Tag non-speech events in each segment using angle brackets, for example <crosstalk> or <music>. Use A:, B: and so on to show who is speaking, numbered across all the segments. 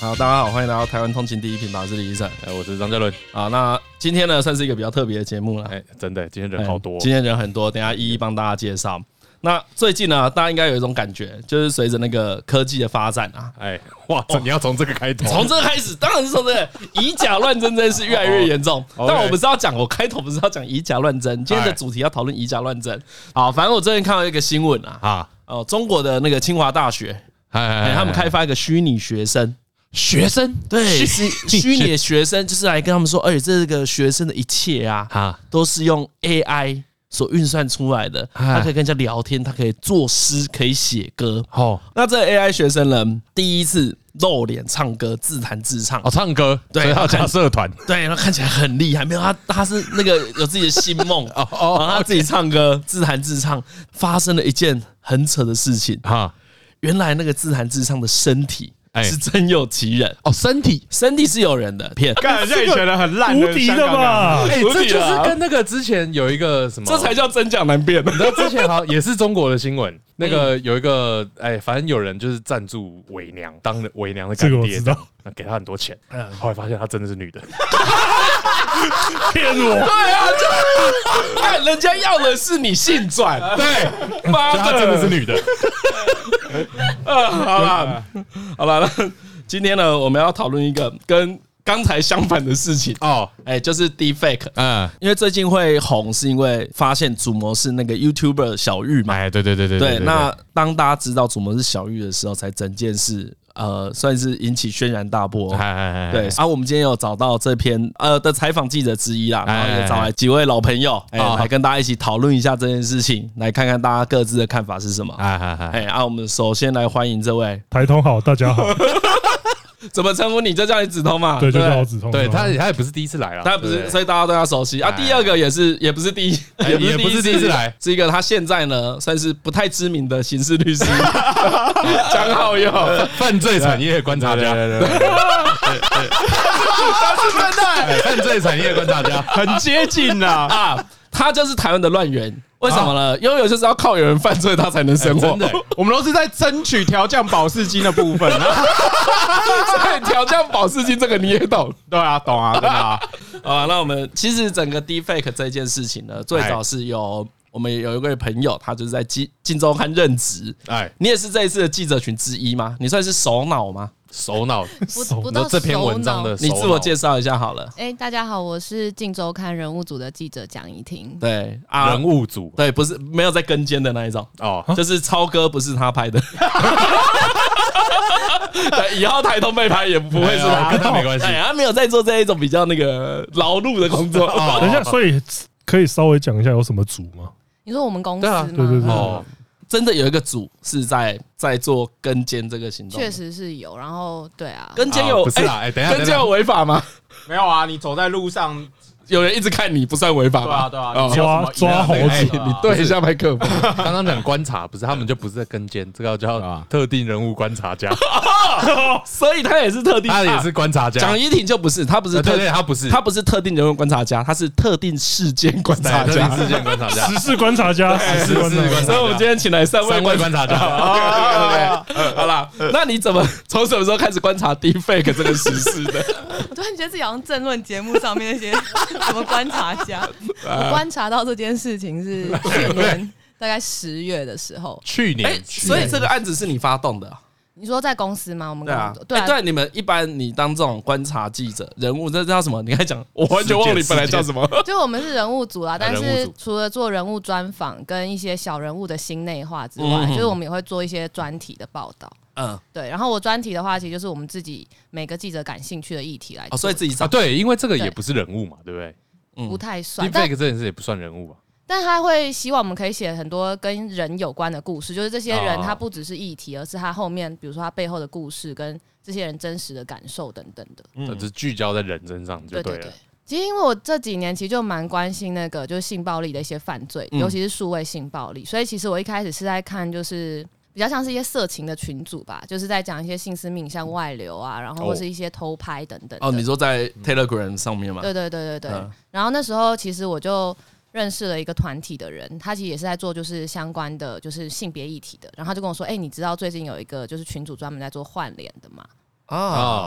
A: 好，大家好，欢迎来到台湾通勤第一品牌，我是李医生。
B: 哎，我是张嘉伦。
A: 啊，那今天呢，算是一个比较特别的节目了。
B: 哎，真的，今天人好多
A: 嗯。今天人很多，等一下一一帮大家介绍。那最近呢，大家应该有一种感觉，就是随着那个科技的发展啊，
B: 哎，哇，这你要从这个开头，
A: 哦从这开始，当然是从这个以假乱真这件事越来越严重。
B: 哦哎
A: 但我不是要讲，我开头不是要讲以假乱真，今天的主题要讨论以假乱真。好，反正我最近看到一个新闻啊，
B: 啊，
A: 哦，中国的那个清华大学，哎
B: 哎
A: 他们开发一个虚拟学生。
B: 学生，
A: 对，是
B: <laughs>
A: 虚拟
B: 学
A: 的学生，就是来跟他们说，哎，这个学生的一切啊，
B: 啊，
A: 都是用 AI 所运算出来的。
B: 哎
A: 他可以跟人家聊天，他可以作诗，可以写歌。
B: 哦
A: 那这 AI 学生呢，第一次露脸唱歌，自弹自唱
B: 哦，。唱歌，
A: 对
B: 所以要
A: 看
B: 加社团，
A: 对，他看起来很厉害，没有他，他是那个有自己的新梦，然
B: <laughs> 哦
A: 后他自己唱歌，自弹自唱，发生了一件很扯的事情。
B: 哈，
A: 原来那个自弹自唱的身体
B: 啊哎
A: 是真有其人，
B: 哦，身体，
A: 身体是有人
B: <laughs>
A: 的，骗，
C: 干，像以前的很烂，
D: 无敌的吧
B: 哎，
A: 足
B: 这
A: 底
B: 就
A: 了
B: 是
A: 啊
B: 跟那个之前有一个什么，
A: 这才叫真假难辨。
B: 你知道之前好像也是中国的新闻，那个有一个哎，反正有人就是赞助伪娘当伪娘的干
D: 这个我
B: 爹，
D: 知道
B: 样那给他很多钱，后来发现她真的是女的，
D: 骗我，
A: 对啊，就看 <laughs> 人家要的是你性转，
B: 对，
A: 妈
B: 她真的是女的，
A: 好了，好了，那今天呢，我们要讨论一个跟刚才相反的事情，
B: 哦，
A: 哎、就是 deepfake。
B: 嗯，
A: 因为最近会红，是因为发现主模是那个 YouTuber 小玉嘛。
B: 哎，对对对对
A: 对，那当大家知道主模是小玉的时候，才整件事呃，算是引起轩然大波。
B: 哎哎哎，
A: 对，啊，我们今天有找到这篇呃的采访记者之一啦，然
B: 哎
A: 后也找来几位老朋友，哎，
B: 哦
A: 来跟大家一起讨论一下这件事情，来看看大家各自的看法是什么。
B: 哎哎哎，
A: 哎，啊，我们首先来欢迎这位，
D: 台通好，大 <laughs> 家好，
A: 怎么称呼你？就叫你指头嘛，
D: 对，就
A: 不
D: 叫我子通，
B: 对他，他也不是第一次来了，
A: 他不是，所
B: 以
A: 以大家对他熟悉啊。
B: 哎
A: 第二个也是，也不是第一，
B: 哎也不是第一次来
A: 是一个他现在呢算是不太知名的刑事律
B: <laughs>
A: 师江浩佑，
B: 犯罪产业观察家，对犯罪产业观察家，
C: 很接近啦。
A: 啊，他就是台湾的乱源。为什么呢？因为有就是要靠有人犯罪他才能生活，
B: 啊哎真的
C: 我们都是在争取调降保释金的部分啊，
A: <laughs> 所以调降保释金这个你也懂。
C: 对啊，懂啊，真的啊，
A: 啊，那我们其实整个 deepfake 这件事情呢，最早是由我们有一位朋友，他就是在《金金周刊》任职。
B: 哎，
A: 你也是这一次的记者群之一吗？你算是首脑吗？
B: 首脑，
E: 不不
B: 那
E: 到
B: 这篇文章的
E: 首脑
B: 首
A: 你
B: 脑，
A: 自我介绍一下好了。
E: 哎、大家好，我是《镜周刊》人物组的记者蒋怡婷。
A: 对啊，
B: 人物组
A: 对，不是没有在跟监的那一种，
B: 哦，
A: 就是超哥不是他拍的。 <laughs> 对，以后台东被拍也不会是
B: 哎呀
A: 他，
B: 跟他没关系
A: 哎，他没有在做这一种比较那个劳碌的工作。
B: 哦
D: 等一下，所以可以稍微讲一下有什么组吗？
E: 你说我们公司
B: 对啊
E: 吗？
D: 对对对
B: 哦，
A: 真的有一个组是在在做跟监这个行动，
E: 确实是有。然后对啊，
A: 跟监有
B: 啊不是啦
A: 哎
B: 哎等一下
A: 跟监有违法吗？
C: 没有啊，你走在路上，
A: 有人一直看你不算违法
C: 对
A: 吧？
C: 啊，对啊，你
A: 哦
C: 没有什么
D: 抓抓猴子
C: 哎
B: 啊
C: 你对
A: 对一下麦克风。
B: 刚刚讲观察，不是他们就不是在跟监，这个叫
C: 啊
B: 特定人物观察家，
A: 所以他也是特定，
B: 他也是观察
A: 啊
B: 家
A: 蒋，怡婷就不是，他不是
B: 呃
A: 特
B: 对对，他不是，
A: 他不是特定人物观察家，他是特定事件观
B: 对
A: 察
B: 特定
A: 家。
B: 事件观察家，
D: <laughs> 时事观察家，时事观
B: 时事观
D: 察
B: 察
A: 所
D: 家，
A: 以我们今天请来 <laughs> 三位
B: 三位
A: 观察。
B: 观察 <laughs> 呃家，
A: 啊对对对对好啦，那你怎么从什么时候开始观察 deepfake 这个时
B: <laughs>
A: 事的？
E: 我突然觉得自己好像政论节目上面那些 <laughs> 什么观察
A: <laughs>
E: 家，我观察到这件事情是去年大概十月的时候。
B: 去
A: 哎
B: 年，，
A: 所以这个案子是你发动的啊，
E: 你说在公司吗？我们
A: 对啊
E: 公，对
A: 哎
E: 啊
A: 对，你们一般你当这种观察记者人物，这叫什么？你还讲，
E: <laughs>
A: 我完全忘了你本来叫什么。
E: 就我们是人物
A: 啊
E: 组啦，但
B: 人物
E: 是
B: 组
E: 除了做人物专访跟一些小人物的心内话之外，
A: 嗯
E: 就是我们也会做一些专题的报道。
A: 嗯，
E: 对，然后我专题的话，其实就是我们自己每个记者感兴趣的议题来
A: <laughs> 哦，
E: 做，
A: 所以自己
B: 啊，
A: 找
B: 对，因为这个也
E: 对
B: 不是人物嘛，对不对
E: 不太算，但
B: ？Deepfake 这件事也不算人物吧？
E: 但他会希望我们可以写很多跟人有关的故事，就是这些人
B: 哦
E: 他不只是议题，而是他后面比如说他背后的故事跟这些人真实的感受等等的。
B: 那只是聚焦在人身上嗯就
E: 对
B: 了
E: 对。。其实因为我这几年其实就蛮关心那个就是性暴力的一些犯罪，
A: 嗯
E: 尤其是数位性暴力，所以其实我一开始是在看就是。比较像是一些色情的群组吧，就是在讲一些性私密影
B: 嗯
E: 像外流啊，然
B: 哦
E: 后或是一些偷拍等等的。
A: 哦，你说在 Telegram 上面嘛？
E: 对对对对对。
A: 嗯
E: 然后那时候其实我就认识了一个团体的人，他其实也是在做就是相关的就是性别议题的。然后他就跟我说：“哎、你知道最近有一个就是群主专门在做换脸的嘛？”
A: 啊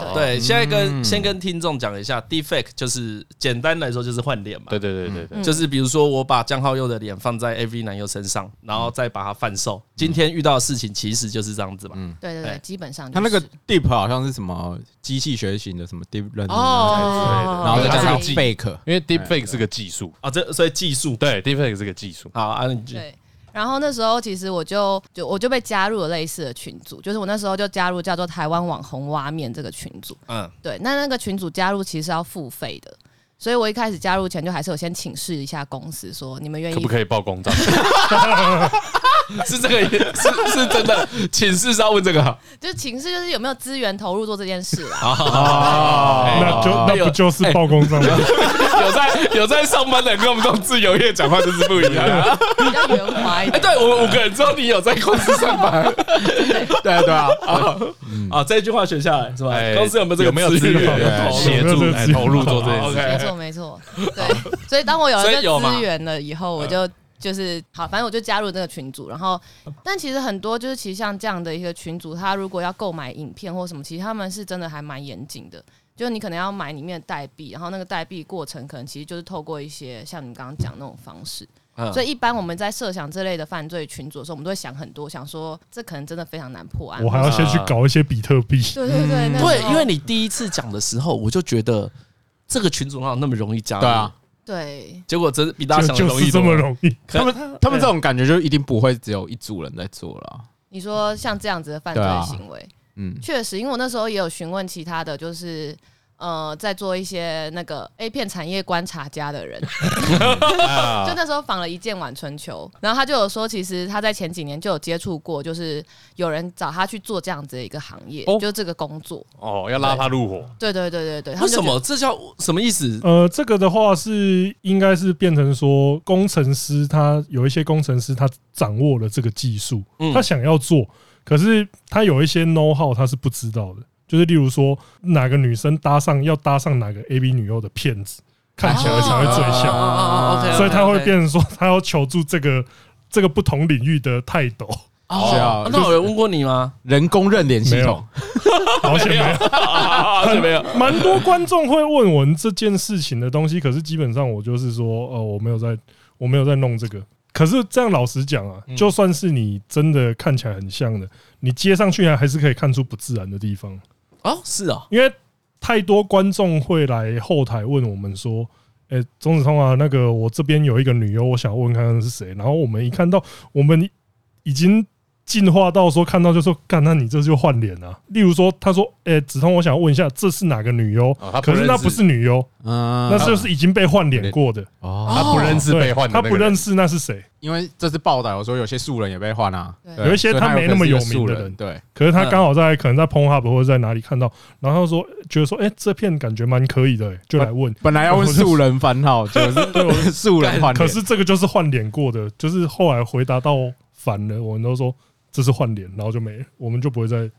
B: 哦，
A: 对，现在跟、
C: 嗯
A: 先跟听众讲一下，deepfake 就是简单来说就是换脸嘛，
B: 对对对
E: 嗯
B: 对对，
A: 就是比如说我把江浩佑的脸放在 AV 男优身上，然后再把它贩售。今天遇到的事情其实就是这样子嘛，
E: 对对对，
A: 哎
E: 基本上就
C: 他那个
E: 是
C: deep 好像是什么机器学型的什么 deep learning，
E: 哦，
C: 然后再加上
B: 对对
C: fake，
B: 因为 deepfake 是个技术，
A: 啊，这所以技术
B: 对 deepfake 是个技术，
A: 好啊，你就
E: 对。然后那时候其实我就就我就被加入了类似的群组，就是我那时候就加入叫做台湾网红挖面这个群组。
A: 嗯，
E: 对，那那个群组加入其实是要付费的，所以我一开始加入前就还是有先请示一下公司说你们愿
B: 可
E: 意
B: 不可以曝光照？
A: 是这个意是是真的，请示是要问这个啊
E: 就是请示就是有没有资源投入做这件事啦。
D: 那就
A: 哎呦
D: 那不就是曝光 <laughs> 上面？
A: 有在有在上班的人跟我们这种自由业讲话就是不一样啊。
E: 比较圆滑一
A: 哎，
E: 点。
A: 对我五个人知道你有在公司上班
C: 对啊对啊，
A: 啊 <laughs> 啊，这一句话选下来是吧？
B: 哎
A: 公司有没有这个
B: 有没有
A: 资
B: 资
A: 源
B: 源
A: 有投入
B: 协
D: 有没有这
B: 助
D: 个
B: 哎
D: 资源
B: 投入做这件事？
E: 没
A: 哦？OK，
E: 错没错，对，所以当我有了
A: 哎所以
E: 这
A: 有
E: 个
A: 嘛嗯
E: 资源了以后，我就就是好，反正我就加入那个群组，然后但其实很多就是其实像这样的一个群组，他如果要购买影片或什么，其实他们是真的还蛮严谨的。就你可能要买里面的代币，然后那个代币过程可能其实就是透过一些像你们刚刚讲那种方式，
A: 嗯
E: 所以一般我们在设想这类的犯罪群组的时候，我们都会想很多，想说这可能真的非常难破案。
D: 我还要先去搞一些比特币，
E: 对对对，那时
A: 嗯
E: 候
A: 对，因为你第一次讲的时候，我就觉得这个群主哪有那么容易加入？
C: 对啊，
E: 对
A: 结果真比大家
D: 就
A: 想的
D: 就
A: 容易
D: 是这
A: 多
D: 么
A: 了。
D: 容易。
C: 他们他们这种感觉就一定不会只有一组人在做了，
E: 你说像这样子的犯罪
C: 对啊
E: 行为，
C: 嗯，
E: 确实，因为我那时候也有询问其他的，就是呃，在做一些那个 A 片产业观察家的人，
B: 啊
E: 就那时候访了一件晚春秋，然后他就有说，其实他在前几年就有接触过，就是有人找他去做这样子的一个行业，
B: 哦
E: 就这个工作。
B: <laughs> 哦，要拉他入伙，
E: 对对对对对，他
A: 为
E: 们就
A: 什
E: 觉得？
A: 么这叫什么意思？
D: 呃，这个的话是应该是变成说，工程师他有一些工程师他掌握了这个技术，
A: 嗯
D: 他想要做，可是他有一些 know how 他是不知道的，就是例如说哪个女生搭上要搭上哪个 A B 女优的骗子，看起来才会最像，
A: 哦，OK，
D: 所以他会变成说他要求助这个这个不同领域的泰斗，
C: 是啊
A: 哦。那有人问过你吗？
C: 人工认脸系
D: 没
C: 统
D: 有，好险没有。
A: 啊，没有。
D: 蛮多观众会问我这件事情的东西，可是基本上我就是说，呃，我没有在，我没有在弄这个。可是这样老实讲啊，就算是你真的看起来很像的，你接上去还还是可以看出不自然的地方，
A: 哦，是哦，
D: 因为太多观众会来后台问我们说。诶，钟子通啊，那个我这边有一个女优，我想问看看是谁。然后我们一看到，我们已经进化到说看到就说，干，那你这就换脸啊。例如说，他说，诶，子通，我想问一下，这是哪个女优？
B: 哦他不
D: 可是那
B: 认识
D: 不是女优，
C: 嗯，
D: 那就是已经被换脸过的，
C: 哦，
B: 他不认识被换的
D: 他
B: 那个人，
D: 不认识那是谁，
C: 因为这次报道有说有些素人也被换啊，
E: 对
C: 对
D: 有一些
C: 所以
D: 他没那么
C: 有
D: 有
C: 可能是
D: 名
C: 个
D: 的
C: 素人
D: 人，
C: 对，
D: 可是
B: 嗯
D: 他刚好在可能在 p o n h u b 或者在哪里看到，然后说觉得说，哎，这片感觉蛮可以的、欸就来问。
C: 本来要问素人番号，结果是素人换脸，
D: 可是这个就是换脸过的，就是后来回答到反了，我们都说这是换脸，然后就没了，我们就不会再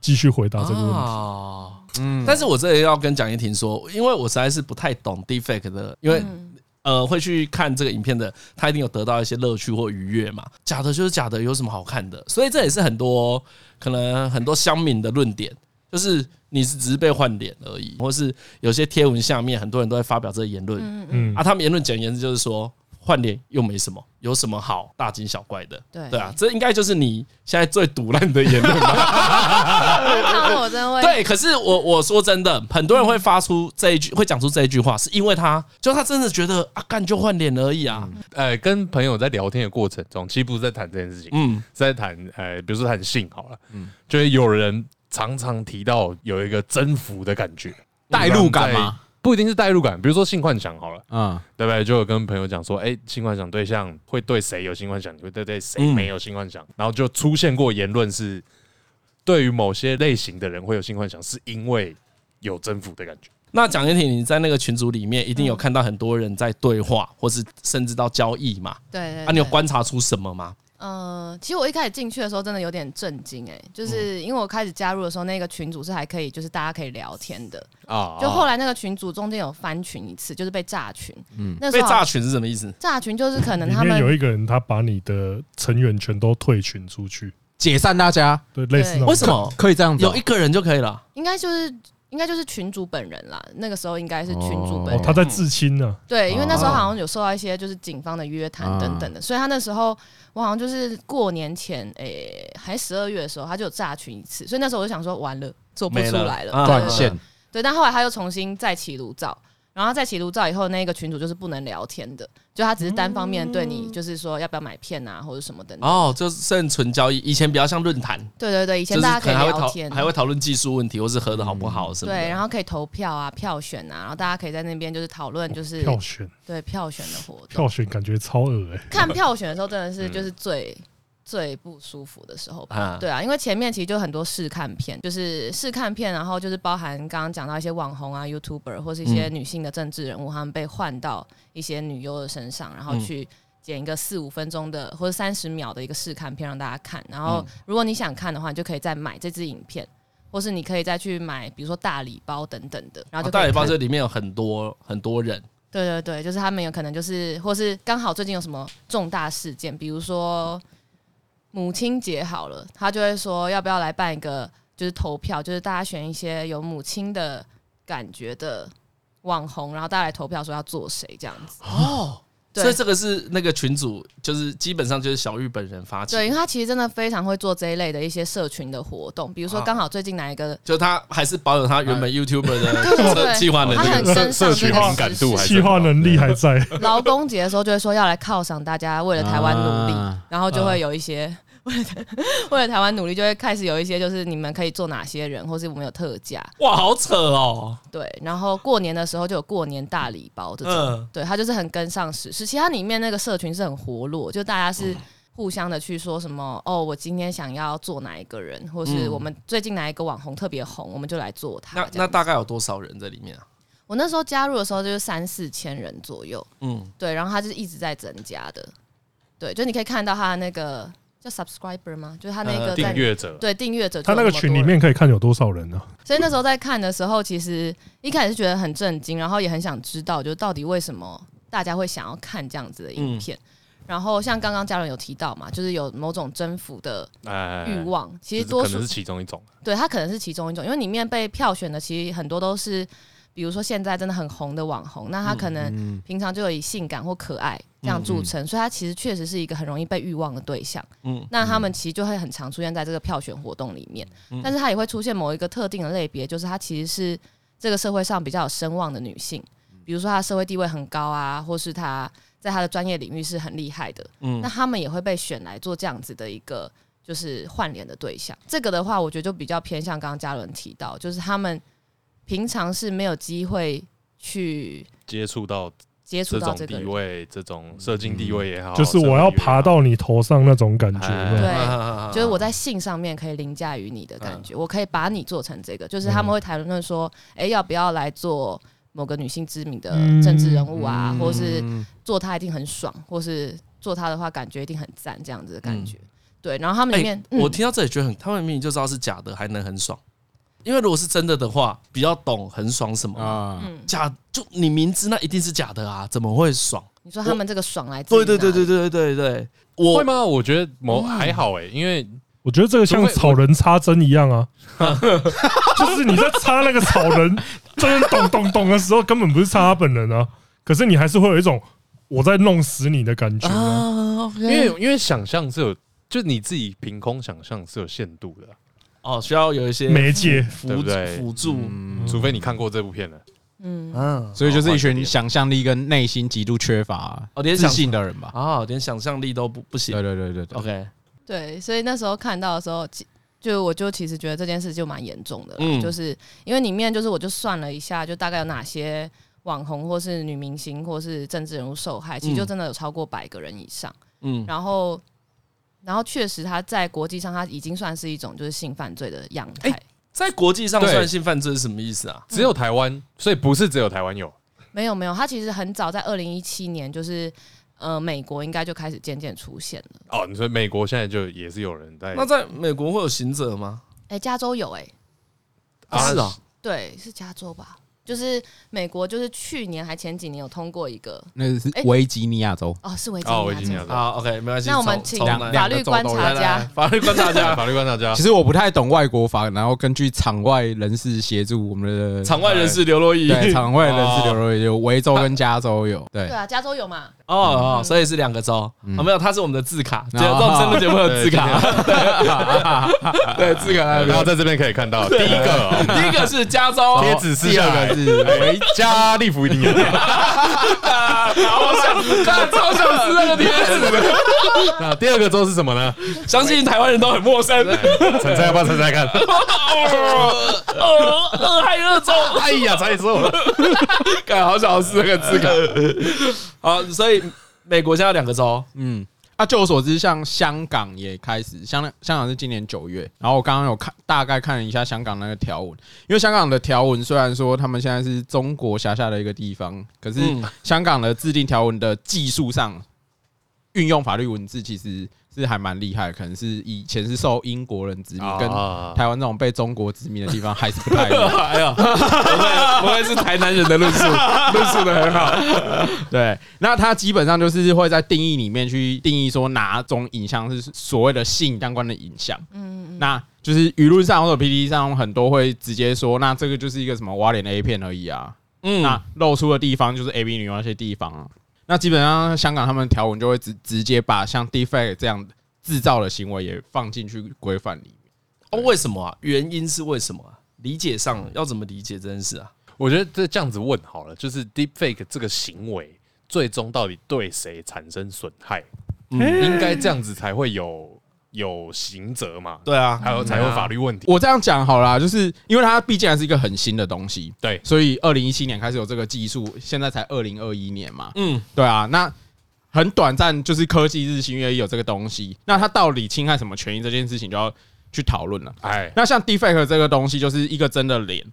D: 继续回答这个问题。
E: 啊
A: 哦，
C: 嗯
A: 但是我这里要跟蒋一婷说，因为我实在是不太懂 deepfake 的，因为、
D: 嗯
A: 呃会去看这个影片的，他一定有得到一些乐趣或愉悦嘛。假的就是假的，有什么好看的？所以这也是很多可能很多乡民的论点，就是你是只是被换脸而已，或是有些贴文下面很多人都在发表这个言论、
D: 嗯
A: 啊，，他们言论简而言之就是说。换脸又没什么，有什么好大惊小怪的？
E: 对
A: 对啊，这应该就是你现在最毒烂的言论吧？
E: 看到我真的会
A: 对，可是我我说真的，很多人会发出这一句，会讲出这一句话，是因为他就他真的觉得啊，干就换脸而已啊，
E: 嗯
B: 呃，跟朋友在聊天的过程中，其实不是在谈这件事情，
A: 嗯，
B: 是在谈呃，比如说谈性好了，嗯，就会有人常常提到有一个征服的感觉，
C: 代入感
B: 在
C: 嘛，
B: 不一定是代入感，比如说性幻想好了，
C: 嗯，
B: 对不对？就有跟朋友讲说，哎、性幻想对象会对谁有性幻想，你会对对谁
A: 嗯
B: 没有性幻想，然后就出现过言论是，对于某些类型的人会有性幻想，是因为有征服的感觉。
A: 那蒋一婷，你在那个群组里面一定有看到很多人在对话，或是甚至到交易嘛？
E: 对嗯对，
A: 啊，你有
E: 对
A: 观察出什么吗？
E: 呃，其实我一开始进去的时候真的有点震惊哎、就是
A: 嗯
E: 因为我开始加入的时候，那个群组是还可以，就是大家可以聊天的。
B: 啊
E: 就后
B: 来
E: 来那个群组中间有翻群一次，就是被炸群。嗯，那时
A: 被
E: 候
A: 炸群是什么意思？
E: 炸群就是可能
D: 里
E: 他
D: 面有
E: 们
D: 一个人他把你的成员全都退群出去，
C: 解散大家，
D: 对，类似
A: 为
D: 那种
A: 什么
C: 可以这样子哦
A: 有一个人就可以了？
E: 应该就是应该就是群主本人啦，那个时候应该是群主本
D: 哦
E: 人，，
D: 他在自清呢、
E: 对，因为那时候
C: 哦
E: 好像有受到一些就是警方的约谈
C: 啊
E: 等等的，所以他那时候我好像就是过年前，诶、还十二月的时候，他就有炸群一次，所以那时候我就想说完了，做不
A: 没
E: 出
A: 了
E: 来了，
A: 啊
E: 对
C: 断线。
E: 对，但后来他又重新再起炉灶，然后再起炉灶以后，那个群主就是不能聊天的，就他只是单方面对你，就是说要不要买片啊，或者什么等等。
A: 哦，就是剩纯交易，以前比较像论坛，
E: 对对对，以
A: 就
E: 前
A: 是
E: 大家
A: 可
E: 可以
A: 能还会
E: 聊
A: 讨
E: 天，
A: 还会讨论技术问题，或是喝的好不好什么的。
E: 对，然后可以投票啊、票选啊，然后大家可以在那边就是讨论，就是
D: 票选
E: 对票选的活动
D: 票。选感觉超恶哎、
E: 看票选的时候，真的
A: 嗯
E: 是就是最最不舒服的时候吧。
A: 啊，
E: 对啊，因为前面其实就很多试看片，就是试看片，然后就是包含刚刚讲到一些网红啊、YouTuber 或是一
A: 嗯
E: 些女性的政治人物，他们被换到一些女优的身上，然后
A: 嗯
E: 去剪一个四五分钟的或者三十秒的一个试看片让大家看。然
A: 嗯
E: 后如果你想看的话，你就可以再买这支影片，或是你可以再去买，比如说大礼包等等的，然后
A: 啊
E: 就
A: 大
E: 可以
A: 礼包
E: 看
A: 这里面有很多很多人，
E: 对对对，就是他们有可能就是，或是刚好最近有什么重大事件，比如说母亲节好了，他就会说要不要来办一个就是投票，就是大家选一些有母亲的感觉的网红，然后大家来投票说要做谁这样子。
A: 哦，
E: 对
A: 所以这个是那个群主，就是基本上就是小玉本人发起，
E: 对，因为他其实真的非常会做这一类的一些社群的活动，比如说
A: 啊
E: 刚好最近哪一个，
A: 就他还是保有他原本 YouTuber
E: <laughs> 对
A: 的
E: 对对
A: 计划能
E: 他
A: 力。
E: 很身上
B: 社
E: 这
B: 群
E: 个
B: 敏感度还
E: 时
B: 是
E: 事
D: 计划能力还在，
E: <laughs>
A: <laughs>
E: 劳工节的时候就会说要来犒赏大家，为了台湾努力，
C: 啊
E: 然后就会
A: 嗯
E: 有一些、 <laughs> 为了为了台湾努力，就会开始有一些就是你们可以做哪些人，或是我们有特价，
A: 哇，好扯哦！
E: 对。然后过年的时候就有过年大礼包这种，
A: 嗯
E: 对，它就是很跟上时事。其实它里面那个社群是很活络，就大家
A: 嗯
E: 是。互相的去说什么哦，我今天想要做哪一个人，或是
A: 嗯
E: 我们最近哪一个网红特别红，我们就来做他。
A: 那
E: 这
A: 那
E: 样
A: 大概有多少人在里面啊？
E: 我那时候加入的时候就是三四千人左右，
A: 嗯，
E: 对，然后它就是一直在增加的，对，就你可以看到它的那个叫 subscriber 吗？就是它那个
A: 呃
E: 在
B: 订阅者
E: 对订阅者，
D: 他那个群里，面可以看有多少人呢、啊
E: 所以那时候在看的时候，其实一开始是觉得很震惊，然后也很想知道，就是到底为什么大家会想要看这样子的影片。然后像刚刚嘉伦有提到嘛，就是有某种征服的
B: 哎
E: 欲，望，其实
B: 就是
E: 多
B: 可
E: 数
B: 能是其中一种。啊
E: 对它可能是其中一种，因为里面被票选的其实很多都是，比如说现在真的很红的网红，那他可
A: 呃
E: 能
C: 嗯，
E: 平常就有以性感或可爱这样著称，所以他其实确实是一个很容易被欲望的对象。
A: 嗯
E: 嗯，那他们其实就会很常出现在这个票选活动里面，但是他也会出现某一个特定的类别，就是他其实是这个社会上比较有声望的女性，比如说她社会地位很高啊，或是她在她的专业领域是很厉害的，
A: 嗯
E: 嗯，那他们也会被选来做这样子的一个。就是换脸的对象，这个的话，我觉得就比较偏向刚刚嘉伦提到，就是他们平常是没有机会去
B: 接触到
E: 接触
B: 这
E: 到
B: 种
E: 这个
B: 地
E: 人。
B: 位，这种社经地位也好，
D: 嗯就是我要爬到你头上那种感觉，
B: 哎
D: 这样
E: 对
A: 啊
E: 就是我在性上面可以凌驾于你的感
A: 嗯
E: 觉，我可以把你做成这个。就是他们会谈论说，哎、要不要来做某个女性知名的政治人物啊，或是
A: 嗯
E: 做她一定很爽，或是做她的话感觉一定很赞这样子的
A: 嗯
E: 感觉。对，然后他们里
A: 哎
E: 面，嗯
A: 我听到这里觉得很，他们明明就知道是假的，还能很爽。因为如果是真的的话，比较懂很爽
F: 嗯
A: 什么嘛。
C: 啊，
E: 嗯
A: 假就你明知那一定是假的啊，怎么会爽？
E: 你说他们这个爽来自于
A: 对对对对
E: 哪里
A: 对对对对，
B: 会
A: 我
B: 吗？我觉得某还好哎，因为
D: 我觉得这个像草人插针一样 <laughs> 啊，就是你在插那个草人，针咚咚咚的时候，根本不是插他本人啊，可是你还是会有一种我在弄死你的感觉、啊。
A: 啊
B: 因
A: ，OK，
B: 为因为想象是有，就你自己凭空想象是有限度的啊，
A: 哦，需要有一些
D: 媒介，
A: 辅
B: 对不对
A: 辅助，
C: 嗯
B: 除非你看过这部片了。
E: 嗯，
A: 嗯，
C: 所以就是一群想象力跟内心极度缺乏
A: 哦连
C: 自
A: 想
C: 信的人吧。
A: 啊，连想象力都不不行
C: 对。对对对对，
A: OK，
E: 对，所以那时候看到的时候，其就我就其实觉得这件事就蛮严重的啦，
A: 嗯
E: 就是因为里面就是我就算了一下，就大概有哪些网红或是女明星或是政治人物受害，其实就
A: 嗯
E: 真的有超过百个人以上。
A: 嗯，
E: 然后，然后确实他在国际上他已经算是一种就是性犯罪的样态，
A: 在国际上
B: 对
A: 算性犯罪是什么意思啊？
B: 只有台湾，所以不是只有台湾有，
E: 没有没有，他其实很早在二零一七年就是。呃，美国应该就开始渐渐出现了。
B: 哦，你说美国现在就也是有人在，
A: 那在美国会有行者吗？
E: 哎、加州有哎、
A: 是啊，
E: 对，是加州吧？就是美国就是去年还前几年有通过一个
F: 那是
E: 哎
F: 维吉尼亚州，
E: 哦，是维吉
B: 哦，维吉尼
E: 尼
B: 亚
E: 亚州。
B: 州
A: 好，OK，没啊关系。
E: 那我们
A: 从
E: 请
A: 从
F: 两
A: 来
E: 法律观
A: 来
E: 察
A: 来来
E: 家，
A: 法律观察家，
B: 法律观察家
F: <laughs>
A: 哎
F: 其，实我不太懂外国法，然后根据场外人士协助我们的
A: 场外人士刘哦若英。 <laughs>
F: 对场外人士流入有维州跟加州有对
E: 对啊，加州有嘛？
A: 哦哦，
E: 嗯
A: 所以是两个州啊，
F: 嗯
A: 没有，它是我们的字卡，这
F: 哦
A: 种真的节目有字卡。
F: 对，这个 <laughs>
B: 然后在这边可以看到第一个哦
A: 第一个是加州，
B: 贴
A: <laughs>
B: 纸撕
F: 第
B: 下
F: 二
B: 来
F: 个，是
B: 哎加利福尼亚，
A: 好想，看超想吃那个贴纸，
B: 那第二个州是什么呢？
A: 相信台湾人都很陌生。
B: 猜猜要不要猜猜看？
A: 呃，俄亥俄州，
B: 哎呀，猜
A: <laughs>
B: 错了，
A: 看好想吃那个字卡。啊好，所以美国现在有两个州，
F: 嗯。啊，据我所知，像香港也开始，香香港是今年九月，然后我刚刚有看大概看了一下香港那个条文，因为香港的条文虽然说他们现在是中国辖下的一个地方，可是
A: 嗯
F: 香港的制定条文的技术上运用法律文字其实是还蛮厉害的，可能是以前是受英国人殖民，跟
B: 啊
F: 台湾这种被中国殖民的地方还是不太一样。
A: 哎呀，不会不会是台南人的论述，论述的很好。
F: 对，那它基本上就是会在定义里面去定义说哪种影像是所谓的性相关的影像。
E: 嗯，嗯
F: 那就是舆论上或者 PPT 上很多会直接说，那这个就是一个什么挖脸 A 片而已啊。
A: 嗯
F: 那露出的地方就是 A B 女优那些地方啊。那基本上香港他们条文就会直直接把像 deepfake 这样制造的行为也放进去规范里面。
A: 哦，为什么啊？原因是为什么啊？理解上要怎么理解这件事啊？
B: 我觉得这这样子问好了，就是 deepfake 这个行为最终到底对谁产生损害？
A: 嗯
B: 应该这样子才会有有刑责嘛，
A: 对啊，嗯
B: 还有才有法律问题。
F: 我这样讲好啦，就是因为它毕竟还是一个很新的东西，
B: 对
F: 所以二零一七年开始有这个技术，现在才二零二一年嘛，
A: 嗯，
F: 对啊，那很短暂，就是科技日新月异有这个东西，那它到底侵害什么权益这件事情就要去讨论了。
B: 哎，
F: 那像 deepfake 这个东西，就是一个真的脸，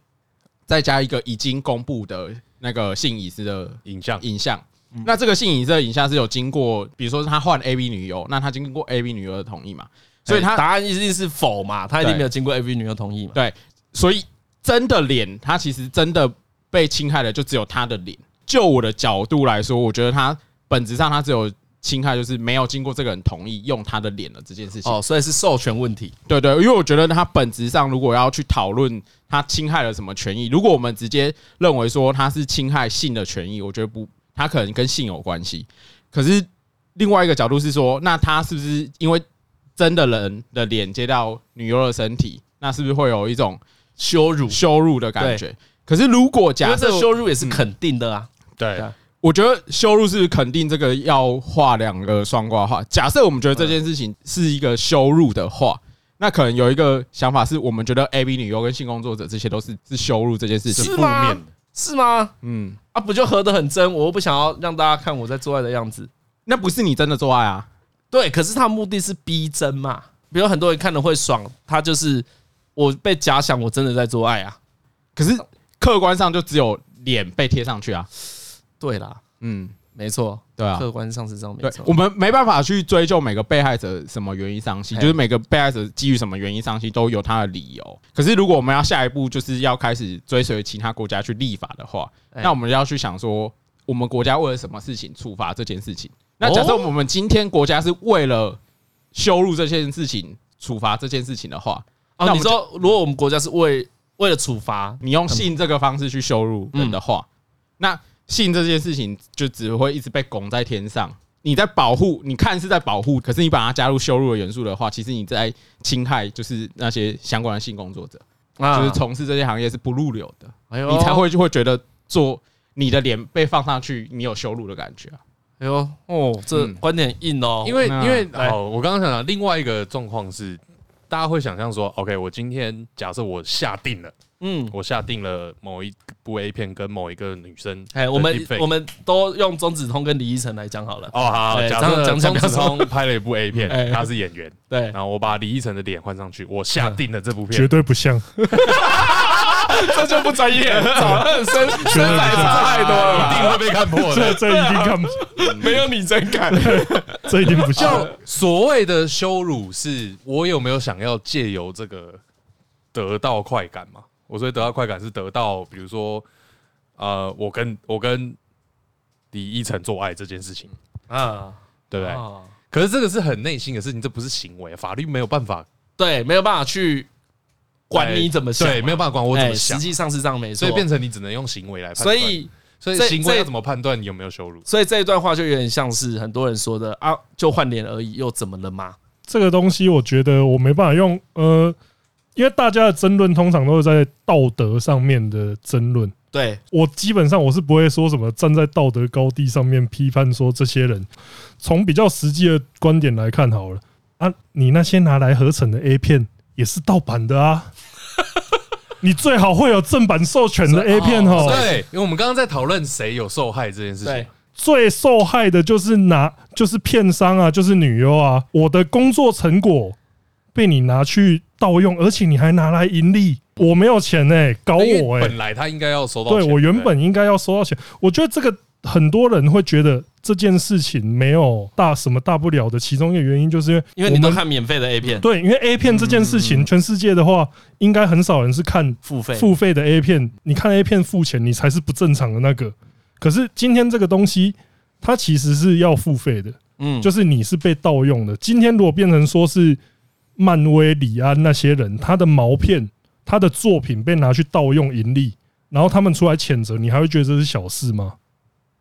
F: 再加一个已经公布的那个性隐私的
B: 影像
F: 影像。那这个性隐私的影像是有经过，比如说他换 A B 女优，那他经过 A B 女优的同意嘛，所以
A: 哎
F: 他
A: 答案一定是否嘛，他一定没有经过 AV 女优同意嘛。
F: 对，所以真的脸，他其实真的被侵害的就只有他的脸。就我的角度来说，我觉得他本质上他只有侵害，就是没有经过这个人同意用他的脸的这件事情。
A: 哦，所以是授权问题。
F: 对对，因为我觉得它本质上如果要去讨论它侵害了什么权益，如果我们直接认为说它是侵害性的权益，我觉得不，它可能跟性有关系。可是另外一个角度是说，那他是不是因为真的人的脸接到女优的身体，那是不是会有一种羞辱羞辱的感觉？可是如果
A: 因
F: 假
A: 为
F: 设嗯
A: 这，羞辱也是肯定的啊。
B: 对，
F: 我觉得羞辱是肯定这个要画两个双挂画。假设我们觉得这件事情是一个羞辱的话，
A: 嗯
F: 那可能有一个想法是我们觉得 A B 女优跟性工作者这些都是是羞辱这件事情。
A: 是
B: 负
A: 吗
B: 面的
A: 是吗？
F: 嗯，
A: 啊，不就合得很真？我又不想要让大家看我在做爱的样子。
F: 那不是你真的做爱啊？
A: 对，可是他的目的是逼真嘛。比如很多人看了会爽，他就是我被假想我真的在做爱啊。
F: 可是客观上就只有脸被贴上去啊。
A: 对啦，
F: 嗯，
A: 没错，
F: 对啊。
A: 客观上是这样没
F: 对
A: 错，。
F: 我们没办法去追究每个被害者什么原因伤心，
A: 嘿
F: 就是每个被害者基于什么原因伤心都有他的理由。可是如果我们要下一步就是要开始追随其他国家去立法的话，
A: 哎
F: 那我们要去想说，我们国家为了什么事情处罚这件事情？那假设
A: 哦
F: 我们今天国家是为了羞辱这件事情处罚这件事情的话，
A: 哦，
F: 那我
A: 你
F: 们
A: 说如果我们国家是为为了处罚，
F: 你用性这个方式去羞辱人的话，那性这件事情就只会一直被拱在天上。你在保护，你看是在保护，可是你把它加入羞辱的元素的话，其实你在侵害就是那些相关的性工作者，
A: 啊
F: 就是从事这些行业是不入流的，
A: 哎呦
F: 你才会就会觉得做你的脸被放上去，你有羞辱的感觉啊。
A: 哎呦哦，这
F: 嗯
A: 观点硬哦，
B: 因为
F: 那
B: 因为
A: 来
B: 好，我刚刚想到另外一个状况是，大家会想象说，OK，我今天假设我下定了，
A: 嗯。
B: 我下定了某一部 A 片跟某一个女生的 deepfake，
A: 哎，我们我们都用钟子通跟李依晨来讲好了。
B: 哦，好，好
A: 哎
B: 假
A: 这样
B: 设
A: 讲起来
B: 张
A: 比较
B: 子聪拍了一部 A
A: 哎
B: 片，他是演员，
A: 对，
B: 然后我把李依晨的脸换上去，我下定了这部
D: 绝
B: 片，
D: 对不像。
A: 这就不专业，早上身身材差太多了
B: 一
A: 吧？
B: 定会被看破
D: 这
B: 的。
D: 这一定 <laughs> 看不，
A: 没有你真敢。
D: 这一定不像。
B: 就所谓的羞辱，是我有没有想要借由这个得到快感嘛？我所以得到快感是得到，比如说呃，我跟我跟李依晨做爱这件事情，
A: <laughs> 啊，
B: 对不对？
A: 啊
B: 可是这个是很内心的事情，这不是行为，法律没有办法
A: 对，没有办法去管你怎么想嘛，
B: 哎对，没有办法管我怎
A: 哎
B: 么想，
A: 实际上是这样没错，
B: 所以变成你只能用行为来判
A: 所
B: 断。
A: 以
B: 所以
A: 这
B: 行为要
A: 这
B: 怎么判断你有没有羞辱？
A: 所以这一段话就有点像是很多人说的啊，就换脸而已，又怎么了嘛？
D: 这个东西，我觉得我没办法用，呃，因为大家的争论通常都是在道德上面的争论。
A: 对，
D: 我基本上我是不会说什么站在道德高地上面批判说这些人。从比较实际的观点来看，好了啊，你那些拿来合成的 A 片也是盗版的
B: <laughs>
D: 啊，你最好会有正版授权的 A 片哦。
B: 对，因为我们刚刚在讨论谁有受害这件事情
A: 对，，
D: 最受害的就是拿就是片商啊，就是女优啊，我的工作成果被你拿去盗用，而且你还拿来盈利，我没有钱哎、搞
B: 因
D: 我
B: 为
D: 哎、
B: 本来他应该要收到钱。
D: 对我原
B: 不
D: 本应该要收到钱，我觉得这个很多人会觉得这件事情没有大什么大不了的，其中一个原因就是因为
A: 因为你
D: 我
A: 都
D: 们
A: 看免费的 A 片，
D: 对，因为 A 片这件事情，全世界的话应该很少人是看
A: 付费，
D: 付费的 A 片，你看 A 片付钱，你才是不正常的那个。可是今天这个东西，它其实是要付费的，
A: 嗯，
D: 就是你是被盗用的。今天如果变成说是漫威、李安那些人，他的毛片、他的作品被拿去盗用盈利，然后他们出来谴责，你还会觉得这是小事吗？